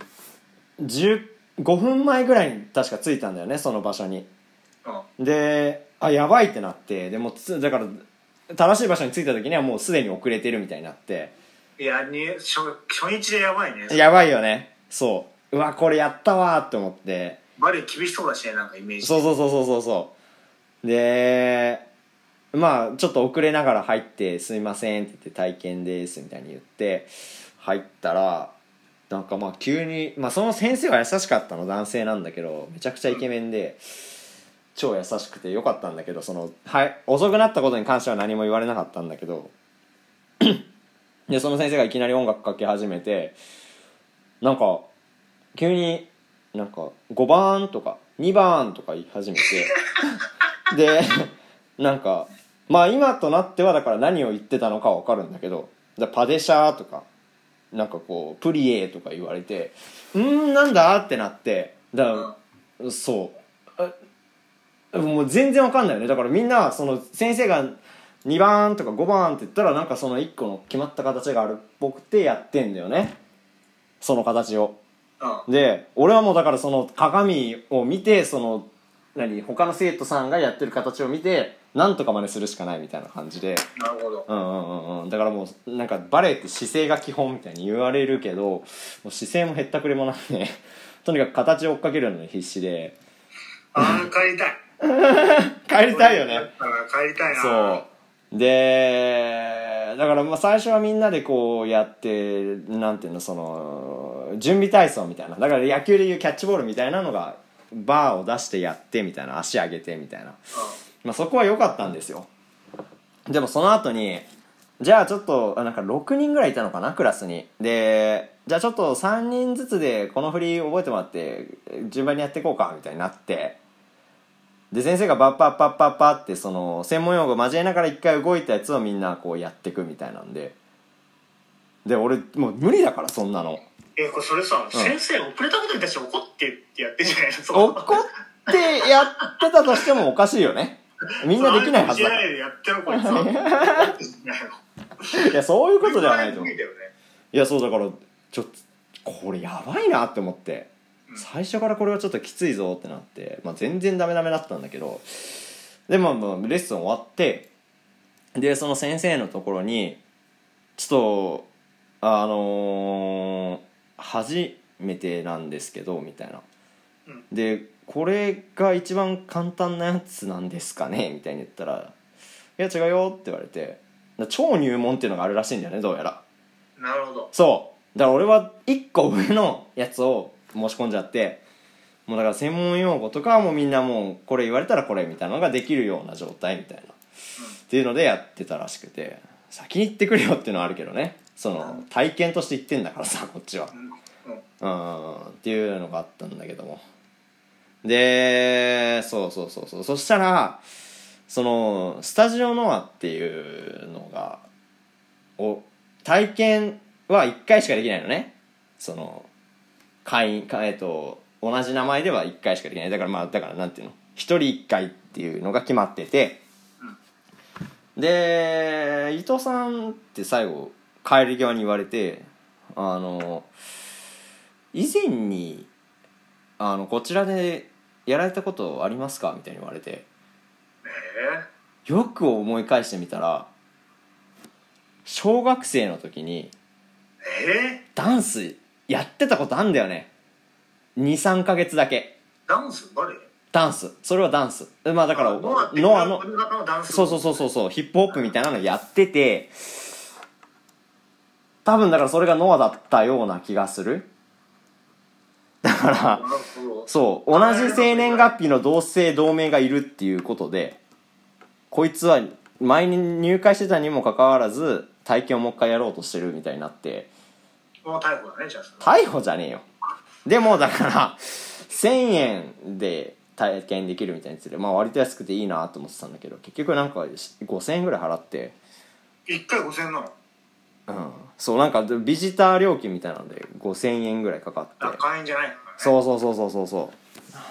10 5分前ぐらいに確か着いたんだよねその場所に。
うん
であやばいってなってでもつだから正しい場所に着いた時にはもうすでに遅れてるみたいになって
いやに初初日でやばいね
やばいよねそううわこれやったわーって思って
バレエ厳しそうだしねなんかイメージ
そうそうそうそうそうそうでまあちょっと遅れながら入って「すいません」って言って「体験です」みたいに言って入ったらなんかまあ急に、まあ、その先生は優しかったの男性なんだけどめちゃくちゃイケメンで超優しくてよかったんだけどその、はい、遅くなったことに関しては何も言われなかったんだけどでその先生がいきなり音楽かけ始めてなんか急になんか5番とか2番とか言い始めて。でなんかまあ今となってはだから何を言ってたのかわかるんだけどだパデシャーとかなんかこうプリエとか言われてうーんなんだってなってだそうあもう全然わかんないよねだからみんなその先生が2番とか5番って言ったらなんかその1個の決まった形があるっぽくてやってんだよねその形を。
う
で俺はもうだからその鏡を見てその何他の生徒さんがやってる形を見てなんとか真似するしかないみたいな感じで
んなるほど
うんうんうんうんだからもうなんかバレエって姿勢が基本みたいに言われるけどもう姿勢もへったくれもなくね とにかく形を追っかけるのに必死で
ああ帰りたい
帰りたいよね
うん帰りたいな
そうでだからまあ最初はみんなでこうやってなんていうのその準備体操みたいなだから野球でいうキャッチボールみたいなのがバーを出してやってみたいな足上げてみたいな、まあ、そこは良かったんですよでもその後にじゃあちょっとあなんか6人ぐらいいたのかなクラスにでじゃあちょっと3人ずつでこの振り覚えてもらって順番にやっていこうかみたいになってで先生がバッパッパッパッパってその専門用語交えながら一回動いたやつをみんなこうやっていくみたいなんでで俺もう無理だからそんなの
えこれそれさ、先生遅れたことに対して怒ってってやってんじゃないのそう
怒ってやってたとしてもおかしいよねみんなできないはずだ
そうあ
から
る意味やってるこいつは怒ってんじゃないの
いやそういうことではないと思う
言われるんだよね
いやそうだからちょっとこれやばいなって思って最初からこれはちょっときついぞってなって、まあ、全然ダメダメだったんだけどでまあまあレッスン終わってでその先生のところにちょっとあのー初めてなんですけどみたいな
うん
でこれが一番簡単なやつなんですかねみたいに言ったら「いや違うよ」って言われてだ超入門っていうのがあるらしいんだよねどうやら。
なるほど
そうだから俺は1個上のやつを申し込んじゃってもうだから専門用語とかはもうみんなもうこれ言われたらこれみたいなのができるような状態みたいな、っていうのでやってたらしくて先に行ってくれよっていうのはあるけどねその体験として行ってんだからさこっちは
うんうん
うんっていうのがあったんだけどもでそうそうそうそうそしたらそのスタジオノアっていうのがお体験は1回しかできないのねその会員かえっと同じ名前では1回しかできないだからまあだからなんていうの1人1回っていうのが決まっててで伊藤さんって最後帰り際に言われてあの以前にあのこちらでやられたことありますかみたいに言われて
え
よく思い返してみたら小学生の時
ー、
に
え
ダンスやってたことあんだよね23ヶ月だけ
ー、ダンス誰
ダンスそれはダンスまあだから
ノアって
ノアの
この中のダンス
そうそうそうそうそうヒップホップみたいなのやってて多分だからそれがノアだったような気がするだから
なるほど
そう同じ生年月日の同姓同名がいるっていうことでこいつは前に入会してたにもかかわらず体験をもう一回やろうとしてるみたいになって
もう逮捕だねじゃあそれ
逮捕じゃねえよでもだから1000円で体験できるみたいにするまあ割と安くていいなと思ってたんだけど結局なんか5000円ぐらい払って
一回5000円なの
うんそうなんかビジター料金みたいなので5000円ぐらいかかって
あ会員じゃないのからね
そうそうそうそうそうそ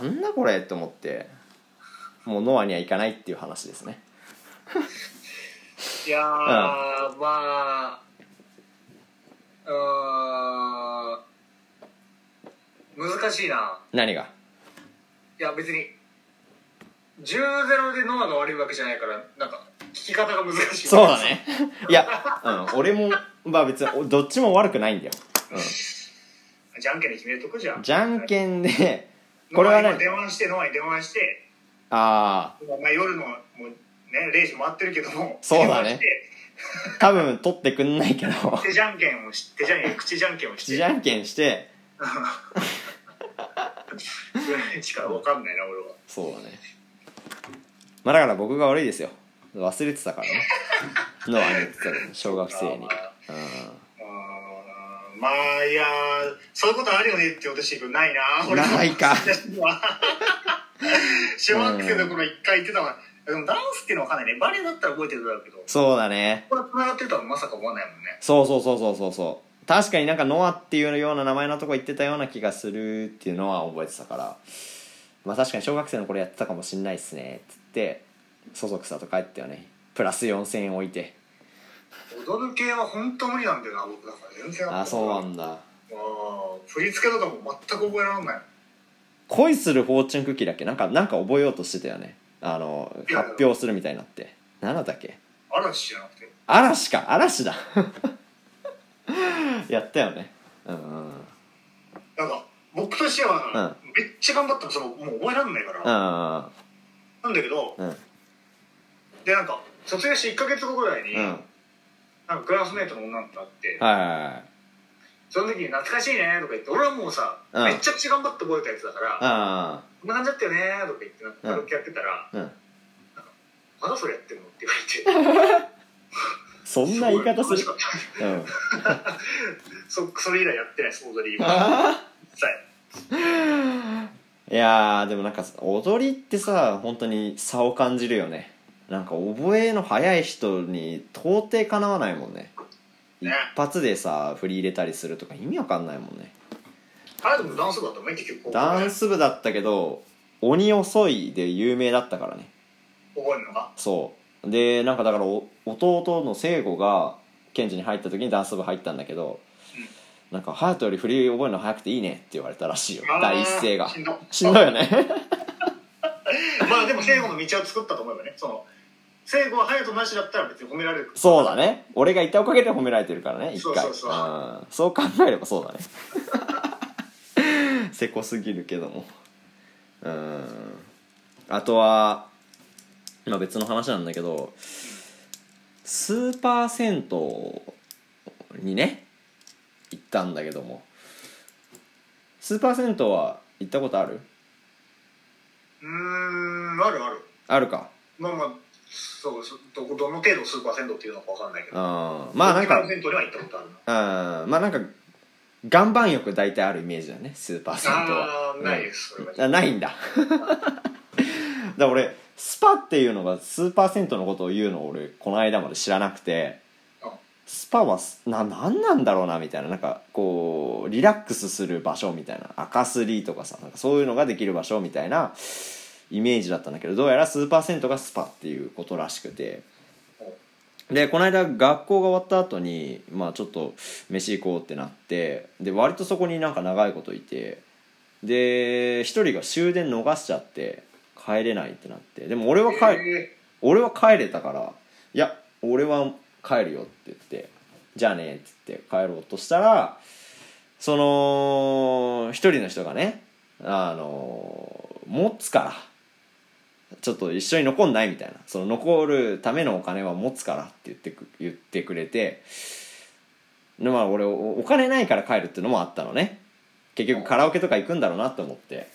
うなんだこれって思ってもうノアには行かないっていう話ですね
いやー、まあうーん難しいな
何が
いや別に10ゼロでノアが悪いわけじゃないからなんか聞き方が難しい
そうだね いや、うん、俺もまあ別におどっちも悪くないんだよ、
じゃんけんで決めとくじゃ
うんん、じゃん
ん
けんでこれは
ノアに
何
電話してノアに電話して
ああ
まあ夜のもうね0時回ってるけども
そうだね
電話して
多分取ってくんないけど
手じゃんけんをし手じゃんけん口じゃんけんをして
口じゃんけんして
ぐらいしか分かんないな俺は
そうだねまあだから僕が悪いですよ忘れてた からねのはね小学生に
うーんまあいやーそういうことあるよねって私言うけどないな俺も
ないか
小学生の頃一回言ってたわでもダンスっていうのは分かんないねバレエだったら覚えてるだろうけど
そうだね
これ繋がってるとはまさか思わないもんね
そうそうそうそうそうそう確かになんかノアっていうような名前のとこ言ってたような気がするっていうのは覚えてたからまあ確かに小学生の頃やってたかもしんないっすねっつってそそくさと帰ったよねプラス4000円置いて
踊る系は本当無理なんだよな僕だから全然
あそうなん
だ
だ
振り付けとかも全く覚えられない
恋するフォーチュンクッキーだっけなんかなんか覚えようとしてたよねあの発表するみたいになって何だったっけ
嵐じゃなくて
嵐か嵐だ やったよねうんうん
なんか僕としては、めっちゃ頑張ってもそのもう覚えられないから、
うん
なんだけど
うん
でなんか卒業して1か月後ぐらいに、
うんはい
なんかクラスメートの女の子と会って、
はいはい
その時に「懐かしいね」とか言って俺はもうさ、
うん
めちゃくちゃ頑張って覚えたやつだから「こ
あ
んな感じだったよね」とか言ってなんか
うん
軽くやってたら「
うん
まだそれやってんの?」って言われて
そんな言い方
ごい
する
楽しかっ
うん
た そそれ以来やってないその踊りは
あ
一切
ーいやーでもなんか踊りってさ本当に差を感じるよねなんか覚えの早い人に到底かなわないもんね一
ね
発でさ振り入れたりするとか意味わかんないもんね
あれでもダンス部だったもんね結局
ダン
覚
ス部だったけど鬼遅いで有名だったからね
えるのが
そうでなんかだからお弟の聖子がケンジに入った時にダンス部入ったんだけど、なんか「隼人より振り覚えるの早くていいね」って言われたらしいよ
あー
第一声が
しんど
しんどいよね
まあでも聖子の道を作ったと思えばねその聖子は隼人なしだったら別に褒められる
そうだね俺がいたおかげで褒められてるからね一
そう
回
そうそうん
そう考えればそうだ ねせこすぎるけどもうんあとは今別の話なんだけどスーパー銭湯にね行ったんだけどもスーパー銭湯は行ったことある
うーんあるある
あるか
まあまあそうそうどどの程度スーパー銭湯っていうのかわかんないけ
うん
ど
まあなん
スー
か
パー銭湯には行ったことあるな
うんまあなんか岩盤浴大体あるイメージだねスーパー銭湯は
あーないですそれは
うんあないんだ だから俺スパっていうのがスーパー銭湯のことを言うのを俺この間まで知らなくて
うん
スパはすななんなんだろうなみたいななんかこうリラックスする場所みたいな赤すりとかさなんかそういうのができる場所みたいなイメージだったんだけどどうやらスーパー銭湯がスパっていうことらしくてでこの間学校が終わった後にまあちょっと飯行こうってなってで割とそこになんか長いこといてで一人が終電逃しちゃって帰れないってなってでも俺は帰、
え
俺は帰れたから「いや俺は帰るよ」って言って「じゃあね」って言って帰ろうとしたらその一人の人がねあの持つからちょっと一緒に残んないみたいなその残るためのお金は持つからって言ってく言ってくれてでまあ俺おお金ないから帰るっていうのもあったのね結局カラオケとか行くんだろうなと思って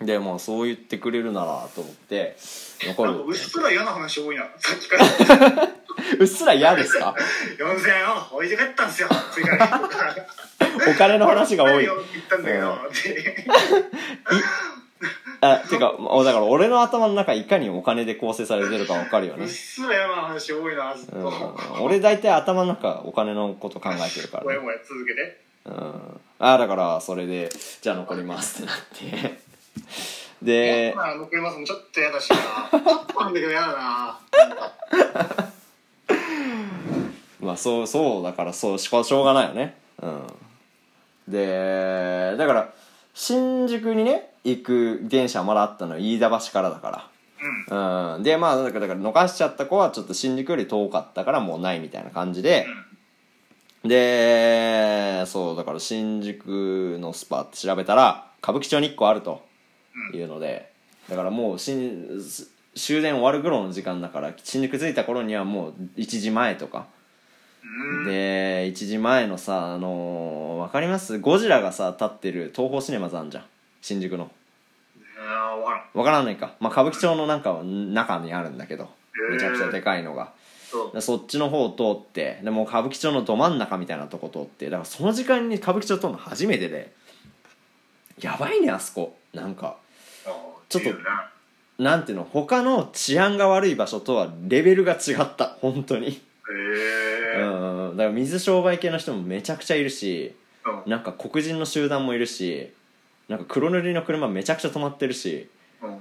でもうそう言ってくれるならと思って
ー
残
なん
る
かうっすら嫌な話多いなさっきから4000
うっすら嫌ですか
円を置いて帰ったんですよ次から
お金の話が多い
言ったんだけどって
あてかおだから俺の頭の中いかにお金で構成されてるか分かるよ
う
ね
っ、すら嫌な話多いなずっと
うん
も、
俺大体頭の中お金のこと考えてるから、
や
ね
もや続けて
うん、あだからそれでじゃあ残りますってなってで
まあ残りますもちょっと嫌だしなちょっとなんだけど嫌だななんか
まあそうそうだからそうしょしょうがないよねうんでだから新宿にね行く電車まだあったの飯田橋からだから
うん
うん、でまあだからだから逃しちゃった子はちょっと新宿より遠かったからもうないみたいな感じで、でそうだから新宿のスパって調べたら歌舞伎町に1個あるというのでだからもう新終電終わる頃の時間だから新宿着いた頃にはもう1時前とか
うん
で1時前のさあのー、わかりますゴジラがさ立ってる東宝シネマズあんじゃん新宿の
ああ分からん
わからないか、まあ、歌舞伎町のなんかは中にあるんだけどめちゃくちゃでかいのが
そう
でそっちの方を通ってでもう歌舞伎町のど真ん中みたいなとこ通ってだからその時間に歌舞伎町通るの初めてでやばいねあそこなんか
あー
ちょっと
自由な
なんていうの他の治安が悪い場所とはレベルが違った本当にう
へえ
んだから水商売系の人もめちゃくちゃいるし
うん
なんか黒人の集団もいるしなんか黒塗りの車めちゃくちゃ止まってるし
うん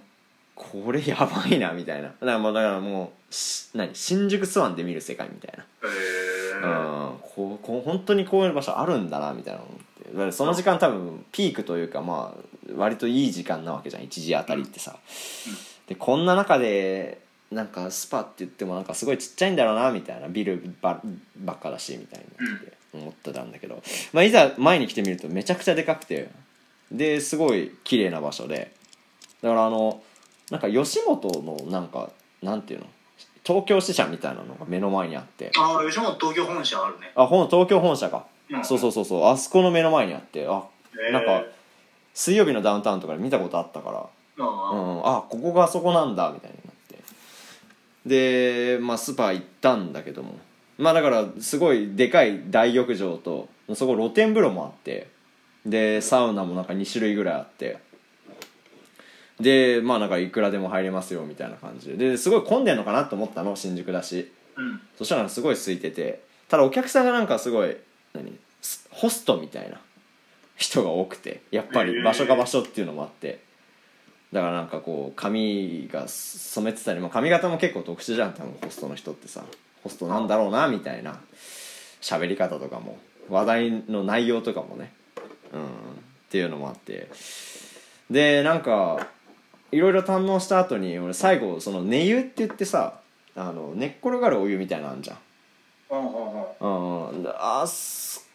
これやばいなみたいなだからもうだからもうし何新宿スワンで見る世界みたいな
へえ
うんこうこう本当にこういう場所あるんだなみたいな思ってだからその時間多分ピークというかまあ割といい時間なわけじゃん1時あたりってさ、でこんな中でなんかスパって言ってもなんかすごいちっちゃいんだろうなみたいなビルばばっかだしみたいなって思ってたんだけど、まあ、いざ前に来てみるとめちゃくちゃでかくてですごい綺麗な場所でだからあのなんか吉本のなんかなんていうの東京支社みたいなのが目の前にあって、
ああ吉本東京本社あるね
あ本東京本社か、
うん
そうそうそうそうあそこの目の前にあってあ、
へー
なんか水曜日のダウンタウンとかで見たことあったから、う
あ
ん、あここがあそこなんだみたいになってでまあスーパー行ったんだけどもまあだからすごいでかい大浴場とそこ露天風呂もあってでサウナもなんか2種類ぐらいあってでまあなんかいくらでも入れますよみたいな感じでですごい混んでんのかなと思ったの新宿だし
あうん
そしたらすごい空いててただお客さんがなんかすごい何スホストみたいな人が多くてやっぱ
へ
り
ー
場所が場所っていうのもあってだからなんかこう髪が染めてたり、まあ、髪型も結構特殊じゃん多分ホストの人ってさホストなんだろうなみたいな喋り方とかも話題の内容とかもねうんっていうのもあってでなんかいろいろ堪能した後に俺最後その寝湯って言ってさあの寝っ転がるお湯みたいなのあんじゃん
うんうんうん
うんあす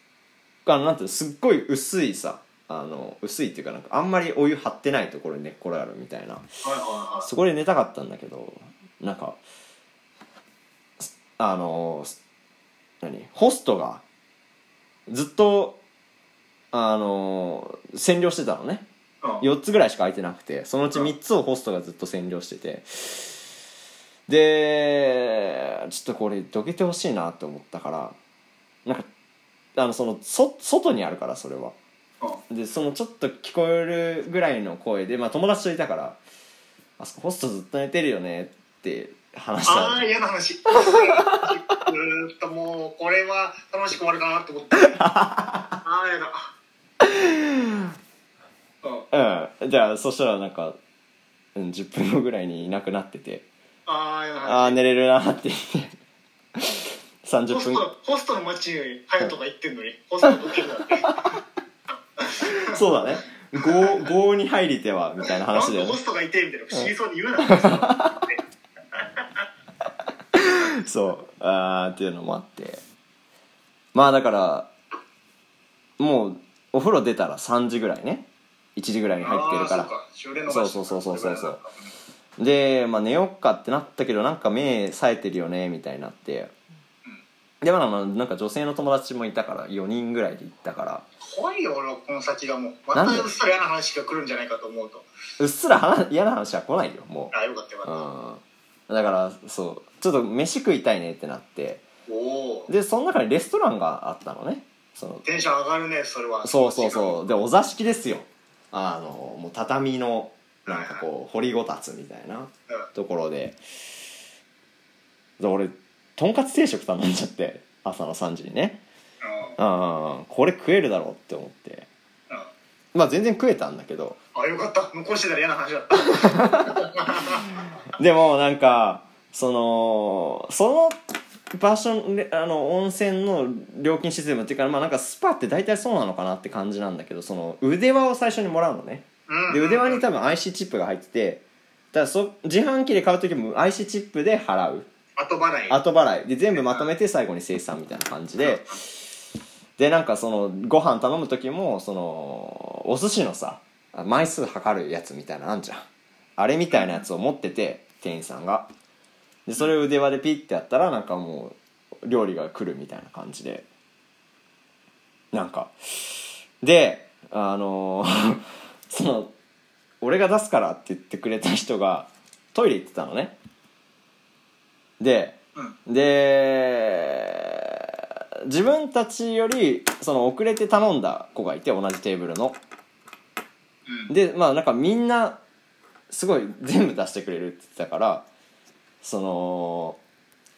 あのなんていうのすっごい薄いさあの薄いっていうかなんかあんまりお湯張ってないところに寝っ転がるみたいな
はいは
そこで寝たかったんだけどなんかすあのす何ホストがずっとあの占領してたのね
いはいうん
4つぐらいしか空いてなくてそのうち3つをホストがずっと占領しててでちょっとこれどけてほしいなって思ったからなんかあのそのそ外にあるからそれはでそのちょっと聞こえるぐらいの声で、まあ、友達といたから「あそこホストずっと寝てるよね」って話したの
ああ嫌な話ずーっともうこれは楽しく終わるかなと 思ってああ嫌だうん
うんじゃあそしたらなんか、うん、10分後ぐらいにいなくなってて
ああ嫌
「
な話
ああ寝れるな」って言って30
ホス
分
トホストの街にハヤトが行ってんのにホストどけるなって
そうだね合合に入りてはみたいな話だ
な
よ
んか
ね
ホストがいてみたいな不思議そうに言うな
そうあーっていうのもあってまあだからもうお風呂出たら3時ぐらいね1時ぐらいに入ってるか
あー
ら
そうか終電逃した
そうそうそうそうそうで、まあ、寝よっかってなったけどなんか目冴えてるよねみたいになってでまだまあなんか女性の友達もいたから4人ぐらいで行ったから
怖いよ俺はこの先がもうま
なん
た
で
うっすら嫌な話が来るんじゃないかと思うと
うっすら話嫌な話は来ないよも
ああよかったよ
う、う
かっ
ん、だからそうちょっと飯食いたいねってなって
たおお
でその中にレストランがあったのねその
テンション上がるねそれは
そうそうそうでお座敷ですよあのもう畳のなんかこう掘りごたつみたいな
う、うん、
ところでで俺とんかつ定食頼んじゃって朝の3時にね
あ
うんこれ食えるだろうって思って
あ
まあ全然食えたんだけど
あよかった向こうしてたら嫌な話だった
でもなんかそのその場所のねあの温泉の料金システムっていうかまあなんかスパって大体そうなのかなって感じなんだけどその腕輪を最初にもらうのね
うん
で腕輪に多分 IC チップが入っててだからそ自販機で買う時も IC チップで払う
後払い
後払いで全部まとめて最後に生産みたいな感じででなんかそのご飯頼む時もそのお寿司のさ枚数測るやつみたいなのあんじゃんあれみたいなやつを持ってて店員さんがでそれを腕輪でピッてやったらなんかもう料理が来るみたいな感じでなんかであの ーその俺が出すからって言ってくれた人がトイレ行ってたのねで
うん
で自分たちよりその遅れて頼んだ子がいて同じテーブルの
うん
でまあなんかみんなすごい全部出してくれるって言ってたからその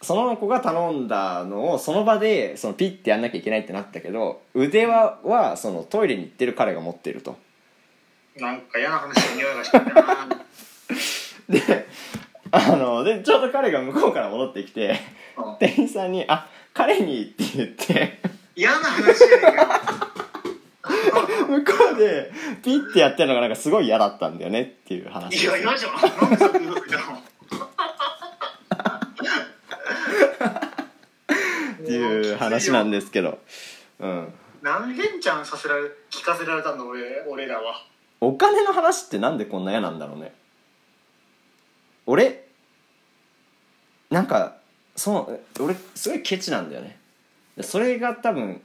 その子が頼んだのをその場でそのピッてやんなきゃいけないってなったけど腕輪はそのトイレに行ってる彼が持ってると。
なんか嫌な話の匂いがしてきたな
であのでちょうど彼が向こうから戻ってきて
うん
店員さんに「あ彼に」って言って
嫌な話やねんけど
向こうでピッてやってるのがなんかすごい嫌だったんだよねっていう話
いや、嫌じゃん。なんでそんなこと言ったの
っていう話なんですけど、うん、
何連チャンさせられ、聞かせられたの俺、俺らは。
お金の話ってなんでこんな嫌なんだろうね俺なんかその俺すごいケチなんだよねでそれが多分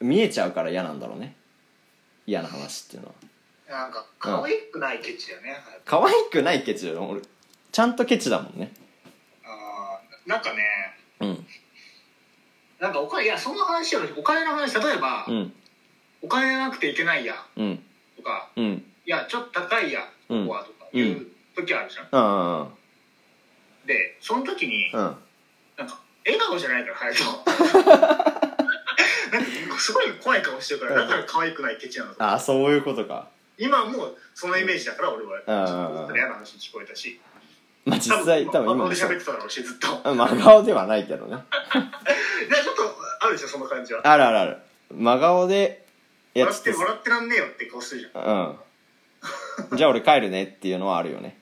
見えちゃうから嫌なんだろうね嫌な話っていうのは
なんか、可愛くないケチだよね。
可愛くないケチだよ俺ちゃんとケチだもんね
あーなんかね、
うん
なんかお金、いや、その話より、お金の話、例えば、
うん
お金なくていけないや、
うん
とか、
うん
いや、ちょっと高いや、
う
こ
ん
こは、とか、いう時あるじゃん。
あ
で、その時に
あ、うん
なんか、笑顔じゃないから、ハヤ ト。なんか、すごい怖い顔してるから、だから可愛くないケチなの。
ああそういうことか
今もう、そのイメージだから、俺は、
うん
ちょっと嫌な話に聞こえたし。
まあ実際多分今
まあ
も
俺
そう
喋ってただろうしずっと いや
真顔ではないけどね
ちょっとあるでしょその感じは
あるあるある真顔でや
笑って
ちょっ
笑ってらんねえよって顔するじゃん
とうんじゃあ俺帰るねっていうのはあるよね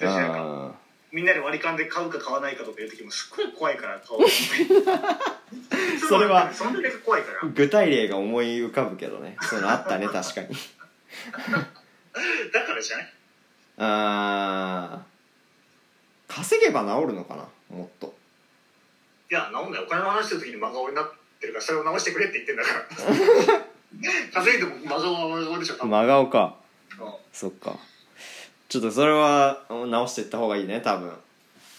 うん
私なんか
あ
みんなで割り勘で買うか買わないかとか言う時もすっごい怖いから顔
それは
そんだけ怖いから
ー具体例が思い浮かぶけどねそういうのあったね確かに
だからじゃない
あー稼げば治るのかなもっと
いやなんだよお金の話する時に真顔になってるからそれを直してくれって言ってんだから 稼いでも真顔は真顔でしょ多分、
真顔か
うん
そっかちょっとそれは直していった方がいいね多分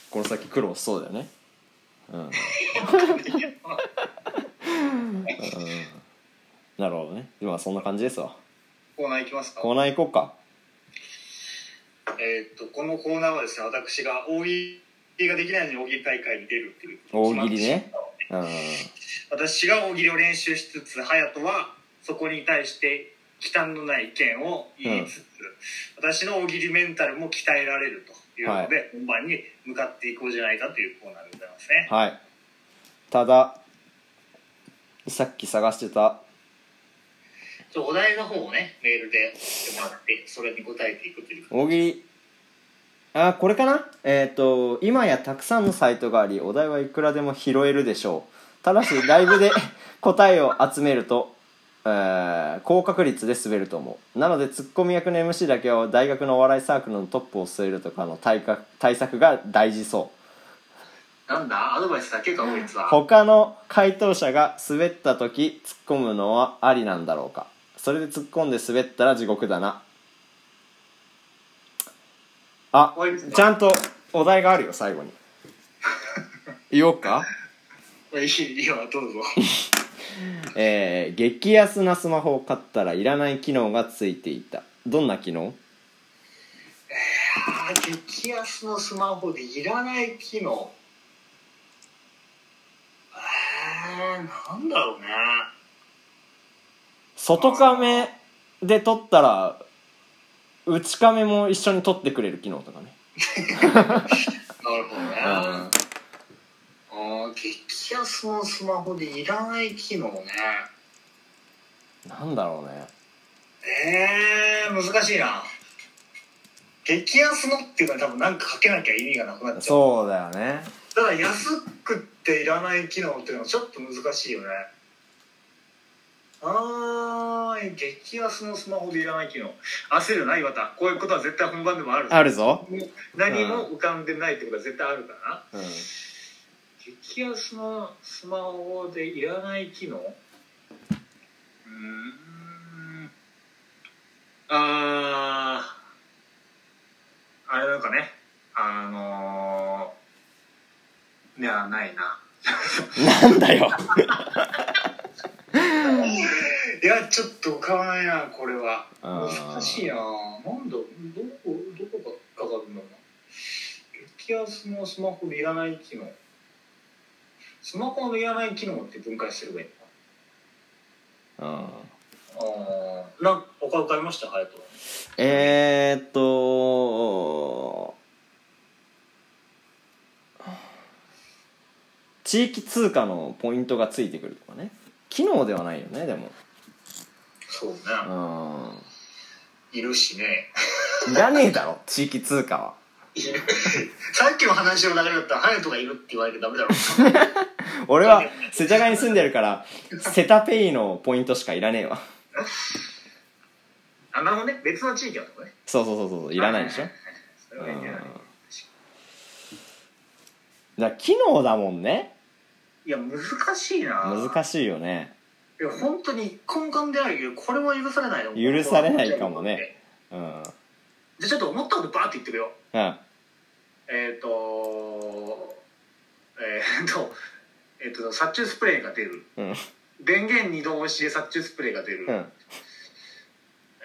この先苦労しそうだよねうん、うん、なるほどね今はそんな感じですわ
コーナーいきますか
コーナー行こうか
えーっとこのコーナーはですね私が大喜利ができないのに大喜利大会に出るっていう
大喜利ねうん
私が大喜利を練習しつつ隼人はそこに対して忌憚のない意見を言いつつ、私の大喜利メンタルも鍛えられるというので、本番に向かっていこうじゃないかというコーナーでございますね。
はいたださっき探してた
ちょっとお題の方をねメールで送ってもらってそれに答えていくという
大喜利あこれかなえっ、と今やたくさんのサイトがありお題はいくらでも拾えるでしょうただしライブで 答えを集めると、えー高確率で滑ると思うなのでツッコミ役の MC だけは大学のお笑いサークルのトップを据えるとかの対か対策が大事そう
なんだアドバイスだけかこいつは
他の回答者が滑った時突っ込むのはありなんだろうかそれで突っ込んで滑ったら地獄だなあ
おい
ちゃんとお題があるよ最後 に言おうか
いいいよどうぞ
えー激安なスマホを買ったらいらない機能がついていたどんな機能
あー激安のスマホでいらない機能えー、なんだろうね
外カメで撮ったら内カメも一緒に撮ってくれる機能とかね
なるほどね。ああ、激安のスマホでいらない機能ね。
なんだろうね
ええー、難しいな。激安のっていうのは多分なんかかけなきゃ意味がなくなっちゃう。
そうだよね
ただ安くっていらない機能っていうのはちょっと難しいよね。あー激安のスマホでいらない機能焦るないわたこういうことは絶対本番でもある
あるぞ、
もう何も浮かんでないってことは絶対あるからな
うん、
激安のスマホでいらない機能うーんあーあれなんかねあのー、ではないな
なんだよ
いやちょっと浮かばないなこれは
あー
難しいななんだどこどこがかかるんだろうな激安のスマホでいらない機能スマホのいらない機能って分解すればいいのか
うん
ああ、なんか他浮かびました、ハヤト。
えー、っと地域通貨のポイントがついてくるとかね機能ではないよねでも
そうね。
う
いるしね。
んいらねえだろ地域通貨はい
る。さっきの話の流れだったら、ハヤトがいるって言われてダメだろ。
俺は世田谷に住んでるからセタペイのポイントしかいらねえわ
あ、なるほどね。別の地域はとかね。
そうそうそうそういらないでしょ
それはいいんじゃない
だから機能だもんね
いや、難しいな。
難しいよね
い。や、本当に根幹であるけど、これは許されないよ
許されないかもね。うん
じゃあちょっと思ったことバーって言ってくよ。
うん
えっ、ー、とえっ、ー、と、えっ、ー、と、殺虫スプレーが出る。
うん
電源二度押しで殺虫スプレーが出る。
うん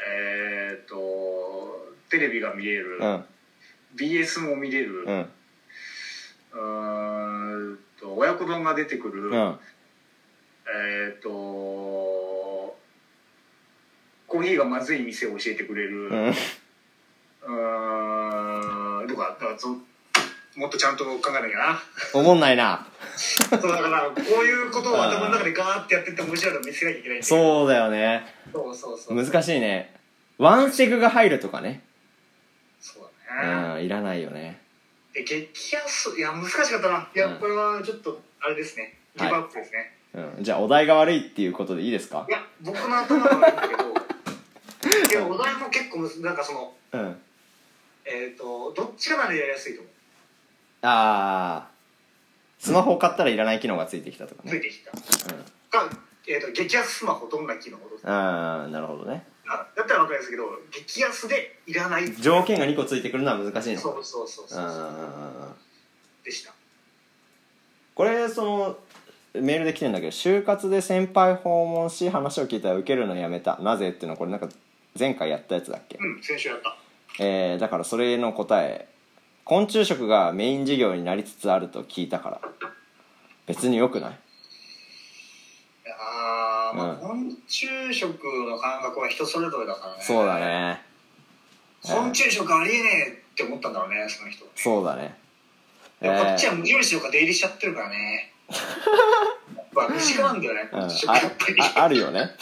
えーっとテレビが見れる、
うん
BS も見れる、
うん
うーんと親子丼が出てくる、
うん
えーっとコーヒーがまずい店を教えてくれる、う
うん
ーんとかだからそもっとちゃんと考えなきゃな
おもんないな
そうだからこういうことを頭の中でガーってやってって面白いの見せなきゃいけないんだよ
そうだよね
そうそうそう
難しいねワンセグが入るとかね
そう
う
だね、
んいらないよね
え激安いや難しかったないや、
うん
これはちょっとあれですねギブアップですね、
うんじゃあお題が悪いっていうことでいいですか
い、や僕の頭はないんだけ どいやお題も結構むずなんかその
うん
えっ、とどっちかならやりやすいと思
ああスマホを買ったらいらない機能がついてきたとか
うつい
ね
てきた
うん
か、えー、と激安スマホどんな機能を
あーなるほどね
あだったら分かりますけど激安でいらない
条件が2個ついてくるのは難しいの
そうそうそう
うん
そううん
うんうん
でした
これそのメールで来てんだけど就活で先輩訪問し話を聞いたら受けるのやめたなぜっていうのはこれなんか前回やったやつだっけ、
うん先週やった
えーだからそれの答え昆虫食がメイン事業になりつつあると聞いたから別によくない
あー、まあ
うん
昆虫食の感覚は人それぞれだからね
そうだね
昆虫食ありえねえって思ったんだろうねその人
そうだね
でもこっちは
えー
無印とか出入りしちゃってるからね。やっぱ身近なんだよね、
うん
こっち
あ
やっぱり。
あある よね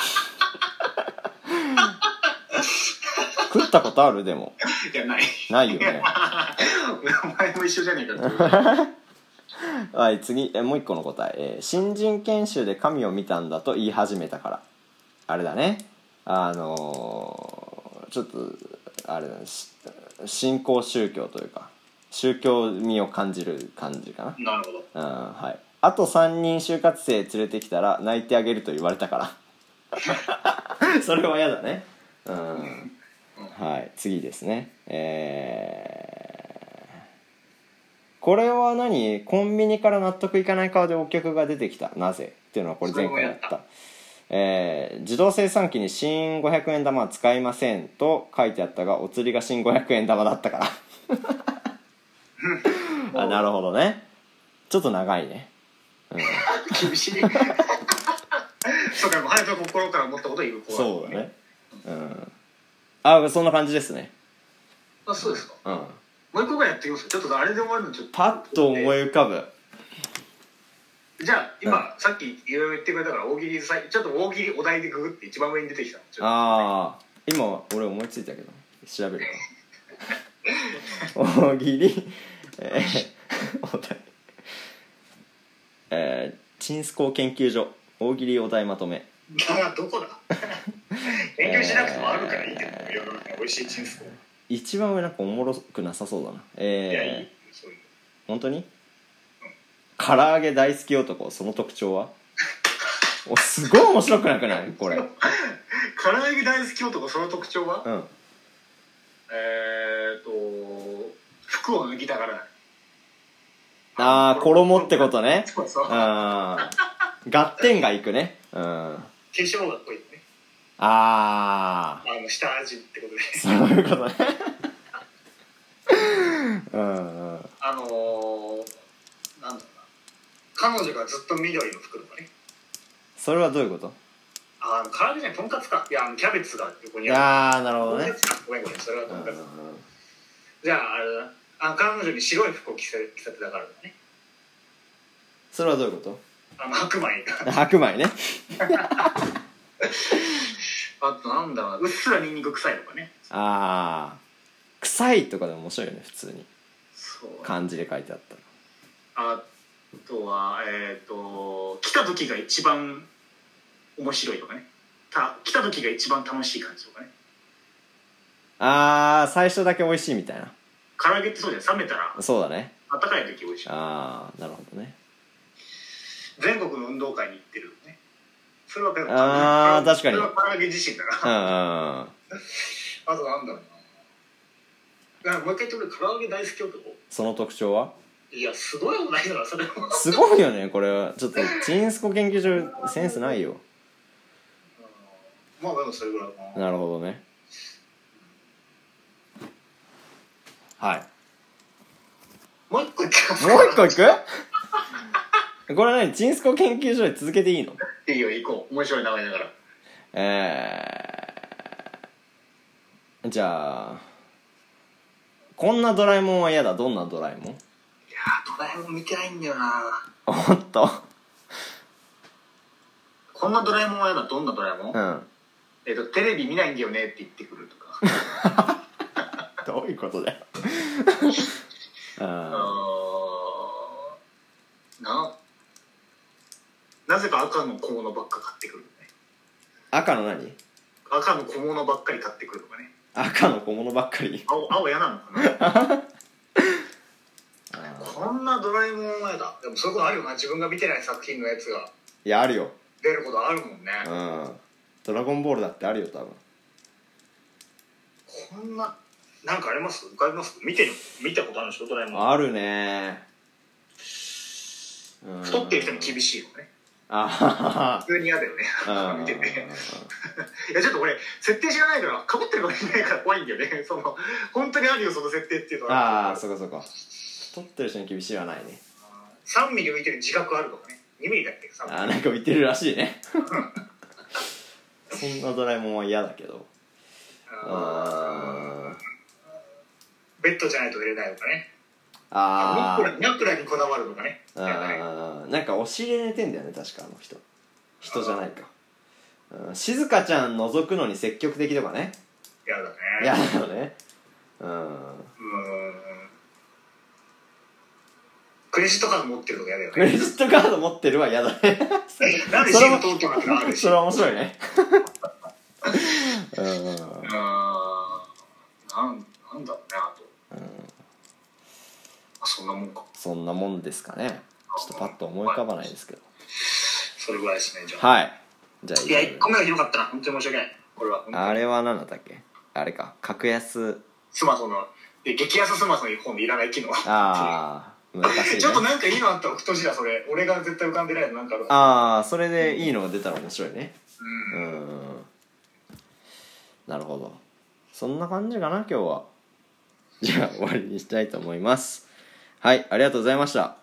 食ったことあるでも
いや、ない。
ないよね
お前も一緒じゃねえかって。
はい次えもう一個の答ええー新人研修で神を見たんだと言い始めたから」あれだねあのーちょっとあれだねし信仰宗教というか宗教味を感じる感じか
なるほど。
なうんはいあと3人就活生連れてきたら泣いてあげると言われたから それは嫌だねうんはい次ですねえーこれは何コンビニから納得いかない顔でお客が出てきたなぜっていうのはこれ前回やった
それもや
えー自動生産機に新500円玉は使いませんと書いてあったがお釣りが新500円玉だった からあなるほどねちょっと長いね
厳しい。そうか、もう早く心から思ったことを言う子
そうだね。うんあそんな感じですね
あ、そうですか。
うん
もう一個ぐらいやってきますかちょっとあれで終わるのちょっと。
パッと思い浮かぶ
じゃあ、今、さっきいろいろ言ってくれたから、大喜利さ、ちょっと大喜利お題でググって一番上に出てきたのちょっと
ああ今俺思いついたけど調べる かな大喜利えー、お題えー、チンスコー研究所大喜利お題まとめ
だがど こだ勉強しなくてもあるからいいけど世の中に美味しいチンスコ
一番上なんかおもろくなさそうだなえ
い
ー、
やいいそういう
本当に唐揚げ大好き男その特 徴はおすごい面白くなくないこれう
唐揚げ大好き男その特徴は、
ん
えーっと服を脱ぎたがらない
ああ衣ってことね
そうそう
うん合点がいくねうんあ
化粧がこいいね
あ
あの下味ってことで
ーそういうことねうんうん
あのー、なんだろうな彼女がずっと緑の服とかね
それはどういうこと
あの唐揚げじゃないとんかつかいやあのキャベツが横にあ
ああなるほ
る
どね
ごめんごめんそれは
う
と
ん
ん
う
か
んうん
つじゃああれだなあの彼女に白い服を着せ着せてたからだね
それはどういうこと
あの白米が
白米ね
あとなんだろううっすらニンニク臭いとかね
ああ臭いとかでも面白いよね普通に
そう
漢字で書いてあったら
あとはえっ、と来た時が一番面白いとかねた来た時が一番楽しい感じとかね
あー最初だけ美味しいみたいな
唐揚げってそうじゃん冷めたら
そうだね
温かい時美味しい
ああなるほどね
全国の運動会に行ってるねそれは
あー確かに
それは唐揚げ自身だ
う
か
ん
ら
うんうん
あとなんだろうななんかもう一回言ってくれ唐揚げ大好き男
その特徴はい
やすごいもないだろそれも
すごいよねこれはちょっとチンスコ研究所センスないよ
まあでもそれぐらいかな
なるほどねはい
もう一個言って
もう一個いくこれ何チンスコ研究所で続けていいの
いいよ行こう面白い流れだから
えー、じゃあこんなドラえもんは嫌だどんなドラえもん
いやードラえもん見てないんだよな
おっと
こんなドラえもんはやだどんなドラえもん、
うん
えっとテレビ見ないんだよねって言ってくると か
どういうことだよあ
あーななぜか赤の小物ばっか買ってくるね
ー赤の何
赤の小物ばっかり買ってくるとかね
赤の小物ばっかり
青青嫌なのかな
あ
こんなドラえもんはやだでもそういうことあるよな自分が見てない作品のやつが
いやあるよ
出ることあるもんね
うん「ドラゴンボール」だってあるよ多分
こんななんかあります浮かびます見てる見たことあるでしょドラえもん
あるねうん
太ってる人に厳しいよね
あはは
普通に嫌だよね
は
見てていやちょっと俺設定知らないからかぶってるかもしれないから怖いんだよね その本当にあるよその設定っていうの
あ
は
あそこそこ太ってる人に厳しいはないね
3ミリ浮いてる自覚あるとかね2ミリだっけ3ミ
あーなんか見てるらしい ねそんなドラえもんは嫌だけどあ
ベッドじゃないと寝れないとかね
ーあー
枕にこだわるとかね
あーなんかお尻で寝てんだよね確かあの人人じゃないかうん静香ちゃん覗くのに積極的とかね
嫌だね
嫌だよねうん
うーんクレジットカード持ってるとか嫌だよ
クレ
ね
ジットカード持ってるは嫌だね
なんでシール通ってもらってのあるし
それは面白 いねうん
うーんなんなんだろうねあとあそんなもんか
そんなもんですかねちょっとパッと思い浮かばないですけど
それぐらいですねじゃあ
はいじゃあ
いや、1個目はひどかったな。本当に申し訳ない。これは。
あれは何だったっけあれか格安
スマホの、で激安スマホの本でいらない機能。
ああ難しいね
ちょっとなんかいいのあったら送ってほしいな、それ。俺が絶対浮かんでないのなんかある。
ああそれでいいのが出たら面白いねう
うん。
ーんなるほどそんな感じかな今日はじゃあ終わりにしたいと思いますはいありがとうございました